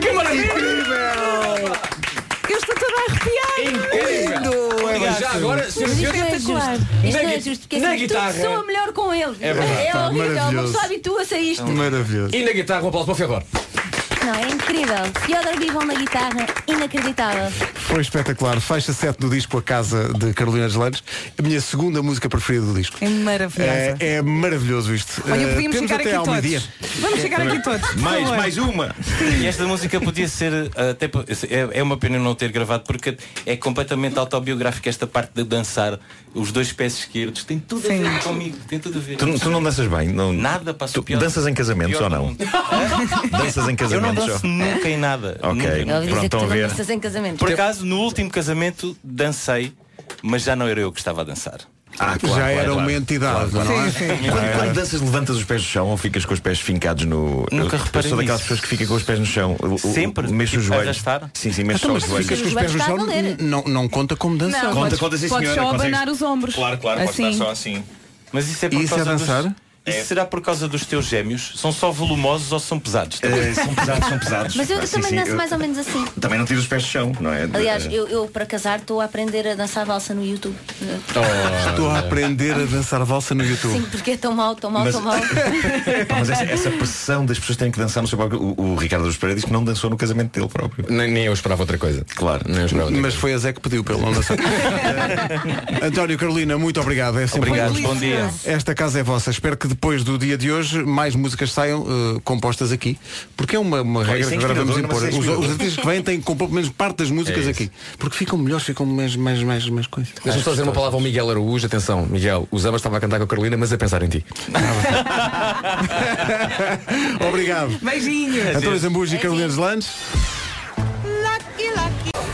Speaker 17: Que maravilha!
Speaker 3: Eu estou toda arrepiada.
Speaker 5: Lindo!
Speaker 3: Lindo!
Speaker 5: Já agora,
Speaker 16: Mas isto não é justo. Isto não é justo, porque
Speaker 5: na
Speaker 16: assim,
Speaker 5: guitarra-
Speaker 16: tudo soa melhor com eles.
Speaker 5: É verdade,
Speaker 16: É
Speaker 5: tá,
Speaker 16: horrível, uma
Speaker 5: maravilhoso.
Speaker 16: pessoa habitua-se a
Speaker 9: É
Speaker 13: Tá
Speaker 9: um
Speaker 16: isto.
Speaker 1: Maravilhoso.
Speaker 5: E na guitarra, um aplauso para o Ferror.
Speaker 16: Não, é incrível. Fiodor Bivon na guitarra, inacreditável.
Speaker 1: Foi espetacular. Faixa 7 do disco A Casa de Carolina Gelantes. A minha segunda música preferida do disco.
Speaker 3: É maravilhosa.
Speaker 1: É, é maravilhoso isto.
Speaker 3: Olha,
Speaker 1: Eh,
Speaker 3: podíamos
Speaker 1: temos
Speaker 3: chegar
Speaker 1: até
Speaker 3: aqui
Speaker 1: ao
Speaker 3: todos.
Speaker 1: meio-dia.
Speaker 3: Vamos chegar aqui todos. por favor.
Speaker 13: uma.
Speaker 9: E esta música podia ser até po- é é uma pena não ter gravado porque é completamente autobiográfica esta parte de dançar os dois pés esquerdos tem tudo
Speaker 17: Sim.
Speaker 9: a ver comigo tem tudo a ver.
Speaker 13: Tu, tu não danças bem? Não...
Speaker 9: Nada passa
Speaker 13: Tu danças em casamentos ou não? Danças em
Speaker 9: Eu não
Speaker 13: casamentos,
Speaker 9: danço
Speaker 13: ó.
Speaker 9: nunca em nada.
Speaker 13: Ok,
Speaker 16: Eu ouvi
Speaker 9: Nunca.
Speaker 16: dizer que tu não danças em casamento.
Speaker 9: Por acaso, no último casamento, dancei, mas já não era eu que estava a dançar.
Speaker 13: Ah, claro,
Speaker 1: Já
Speaker 13: claro,
Speaker 1: era
Speaker 13: claro.
Speaker 1: uma entidade,
Speaker 13: Claro,
Speaker 1: não é?
Speaker 13: claro. Quando, quando danças, levantas os pés do chão ou ficas com os pés fincados no.
Speaker 9: Nunca
Speaker 13: eu,
Speaker 9: reparei
Speaker 13: eu sou daquelas
Speaker 9: nisso.
Speaker 13: pessoas que ficam com os pés no chão.
Speaker 9: Sempre?
Speaker 13: Mexo os
Speaker 9: Tipo, a
Speaker 13: joelhos.
Speaker 9: arrastar?
Speaker 13: Sim, sim, mexo
Speaker 1: Então,
Speaker 13: só
Speaker 1: mas
Speaker 13: os
Speaker 1: se
Speaker 13: joelhos.
Speaker 1: ficas com os pés no chão, n- não, não conta como dançar.
Speaker 3: Não,
Speaker 13: Conta,
Speaker 3: podes-
Speaker 13: conta, sim,
Speaker 3: podes
Speaker 13: senhora.
Speaker 3: só
Speaker 13: consegues.
Speaker 3: abanar os ombros.
Speaker 13: Claro, claro, pode
Speaker 3: Assim.
Speaker 13: estar só assim.
Speaker 9: Mas isso é por
Speaker 13: Isso é
Speaker 9: causa dos-
Speaker 13: dançar?
Speaker 9: Isso será por causa dos teus gêmeos? São só volumosos ou são pesados?
Speaker 13: Eh, são pesados, são pesados.
Speaker 16: Mas eu
Speaker 13: Ah, sim,
Speaker 16: também
Speaker 13: sim,
Speaker 16: danço
Speaker 13: eu-
Speaker 16: mais ou menos assim.
Speaker 13: Também não tiro os pés do chão, não é?
Speaker 16: Aliás,
Speaker 13: Eh,
Speaker 16: eu, eu, para casar estou a aprender a dançar valsa no YouTube.
Speaker 1: Estou a aprender a dançar valsa no YouTube.
Speaker 16: Sim, porque é tão mal, tão mal,
Speaker 13: Mas-
Speaker 16: tão mal.
Speaker 13: Pá, Mas essa, essa pressão das pessoas terem que dançar no seu próprio. O, o Ricardo dos Pereira diz que não dançou no casamento dele próprio.
Speaker 5: Nem, nem eu esperava outra coisa.
Speaker 13: Claro.
Speaker 5: Nem eu esperava outra
Speaker 1: Mas foi a Zé que pediu pelo não dançar. António Carolina, muito obrigado. É
Speaker 5: assim
Speaker 1: sempre
Speaker 9: Obrigado,
Speaker 1: um gosto.
Speaker 9: bom dia.
Speaker 1: Esta casa é vossa. Espero que depois do dia de hoje mais músicas saiam eh, compostas aqui. Porque é uma, uma
Speaker 13: Olha,
Speaker 1: regra
Speaker 13: isso
Speaker 1: que
Speaker 13: é
Speaker 1: agora vamos
Speaker 13: inspirador,
Speaker 1: impor.
Speaker 13: mas é
Speaker 1: Os,
Speaker 13: inspirador.
Speaker 1: os artistas que vêm têm que compor pelo menos parte das músicas
Speaker 5: É isso.
Speaker 1: aqui. Porque ficam melhores, ficam mais, mais, mais, mais coisas.
Speaker 5: Deixa-me só dizer uma palavra ao Miguel Araújo. Atenção, Miguel, os ambas estava a cantar com a Carolina, mas a pensar em ti.
Speaker 1: Obrigado.
Speaker 3: Beijinhos.
Speaker 1: António Zambujo e Carolina Landes.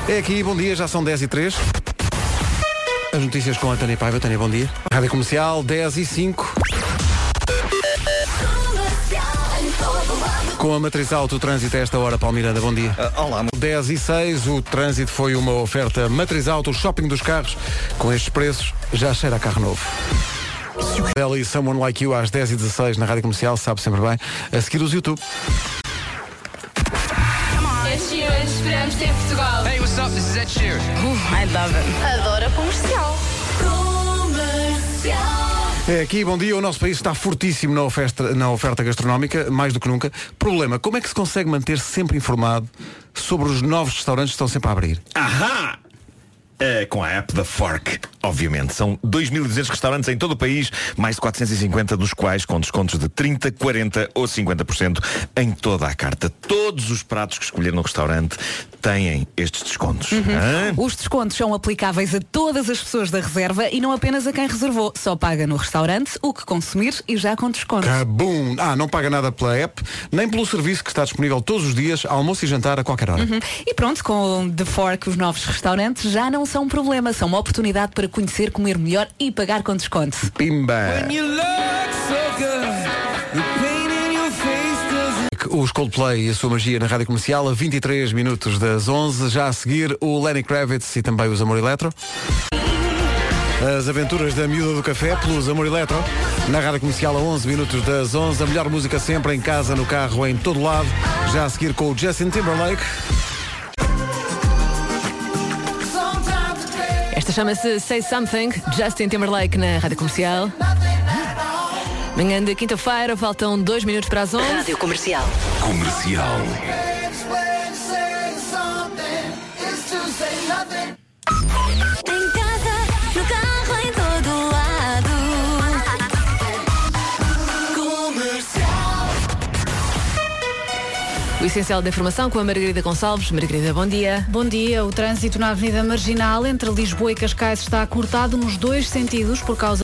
Speaker 1: É aqui, bom dia, já são 10 e 3 As notícias com a Tânia Paiva. Tânia, bom dia. Rádio Comercial, 10 e 5 Com a Matriz Auto, o trânsito a esta hora, Palmiranda, bom dia.
Speaker 2: olá.
Speaker 1: 10 e 6, o trânsito foi uma oferta Matriz Auto, o shopping dos carros. Com estes preços, já cheira a carro novo. Ela e Someone Like You às 10 e 16 na Rádio Comercial, sabe sempre bem. A seguir os YouTube.
Speaker 18: Este ano esperamos ter Portugal. Hey, what's up? This is Ed Sheeran. I love it. Adoro a comercial. Comercial.
Speaker 1: É aqui, bom dia. O nosso país está fortíssimo na oferta, na oferta gastronómica, mais do que nunca. Problema, como é que se consegue manter sempre informado sobre os novos restaurantes que estão sempre a abrir?
Speaker 13: Ahá! Eh, com a É, app da Fork. Obviamente, são 2.200 restaurantes em todo o país, mais de 450 dos quais com descontos de 30, 40 ou 50% em toda a carta. Todos os pratos que escolher no restaurante têm estes descontos.
Speaker 19: Uhum.
Speaker 13: é? Hã?
Speaker 3: Os descontos são aplicáveis a todas as pessoas da reserva e não apenas a quem reservou. Só paga no restaurante o que consumir e já com desconto.
Speaker 1: Cabum! Ah, não paga nada pela app, nem pelo serviço que está disponível todos os dias, almoço e jantar a qualquer hora.
Speaker 3: Uhum. E pronto, com o The Fork, os novos restaurantes já não são um problema, são uma oportunidade para conhecer, comer melhor e pagar com desconto.
Speaker 1: Pimba!
Speaker 15: When you look so good, the pain in your face doesn't.
Speaker 1: Os Coldplay e a sua magia na Rádio Comercial a 23 minutos das 11. Já a seguir o Lenny Kravitz e também os Amor Eletro. As aventuras da miúda do café pelos Amor Eletro. Na Rádio Comercial a 11 minutos das 11. A melhor música sempre em casa, no carro, em todo lado. Já a seguir com o Justin Timberlake.
Speaker 19: Esta chama-se Say Something, Justin Timberlake na Rádio Comercial. Manhã de quinta-feira, faltam dois minutos para as 11. Rádio Comercial.
Speaker 13: Comercial.
Speaker 6: Em casa, no carro, em todo lado. Comercial.
Speaker 19: O essencial da informação com a Margarida Gonçalves. Margarida, bom dia.
Speaker 20: Bom dia. O trânsito na Avenida Marginal entre Lisboa e Cascais está cortado nos dois sentidos por causa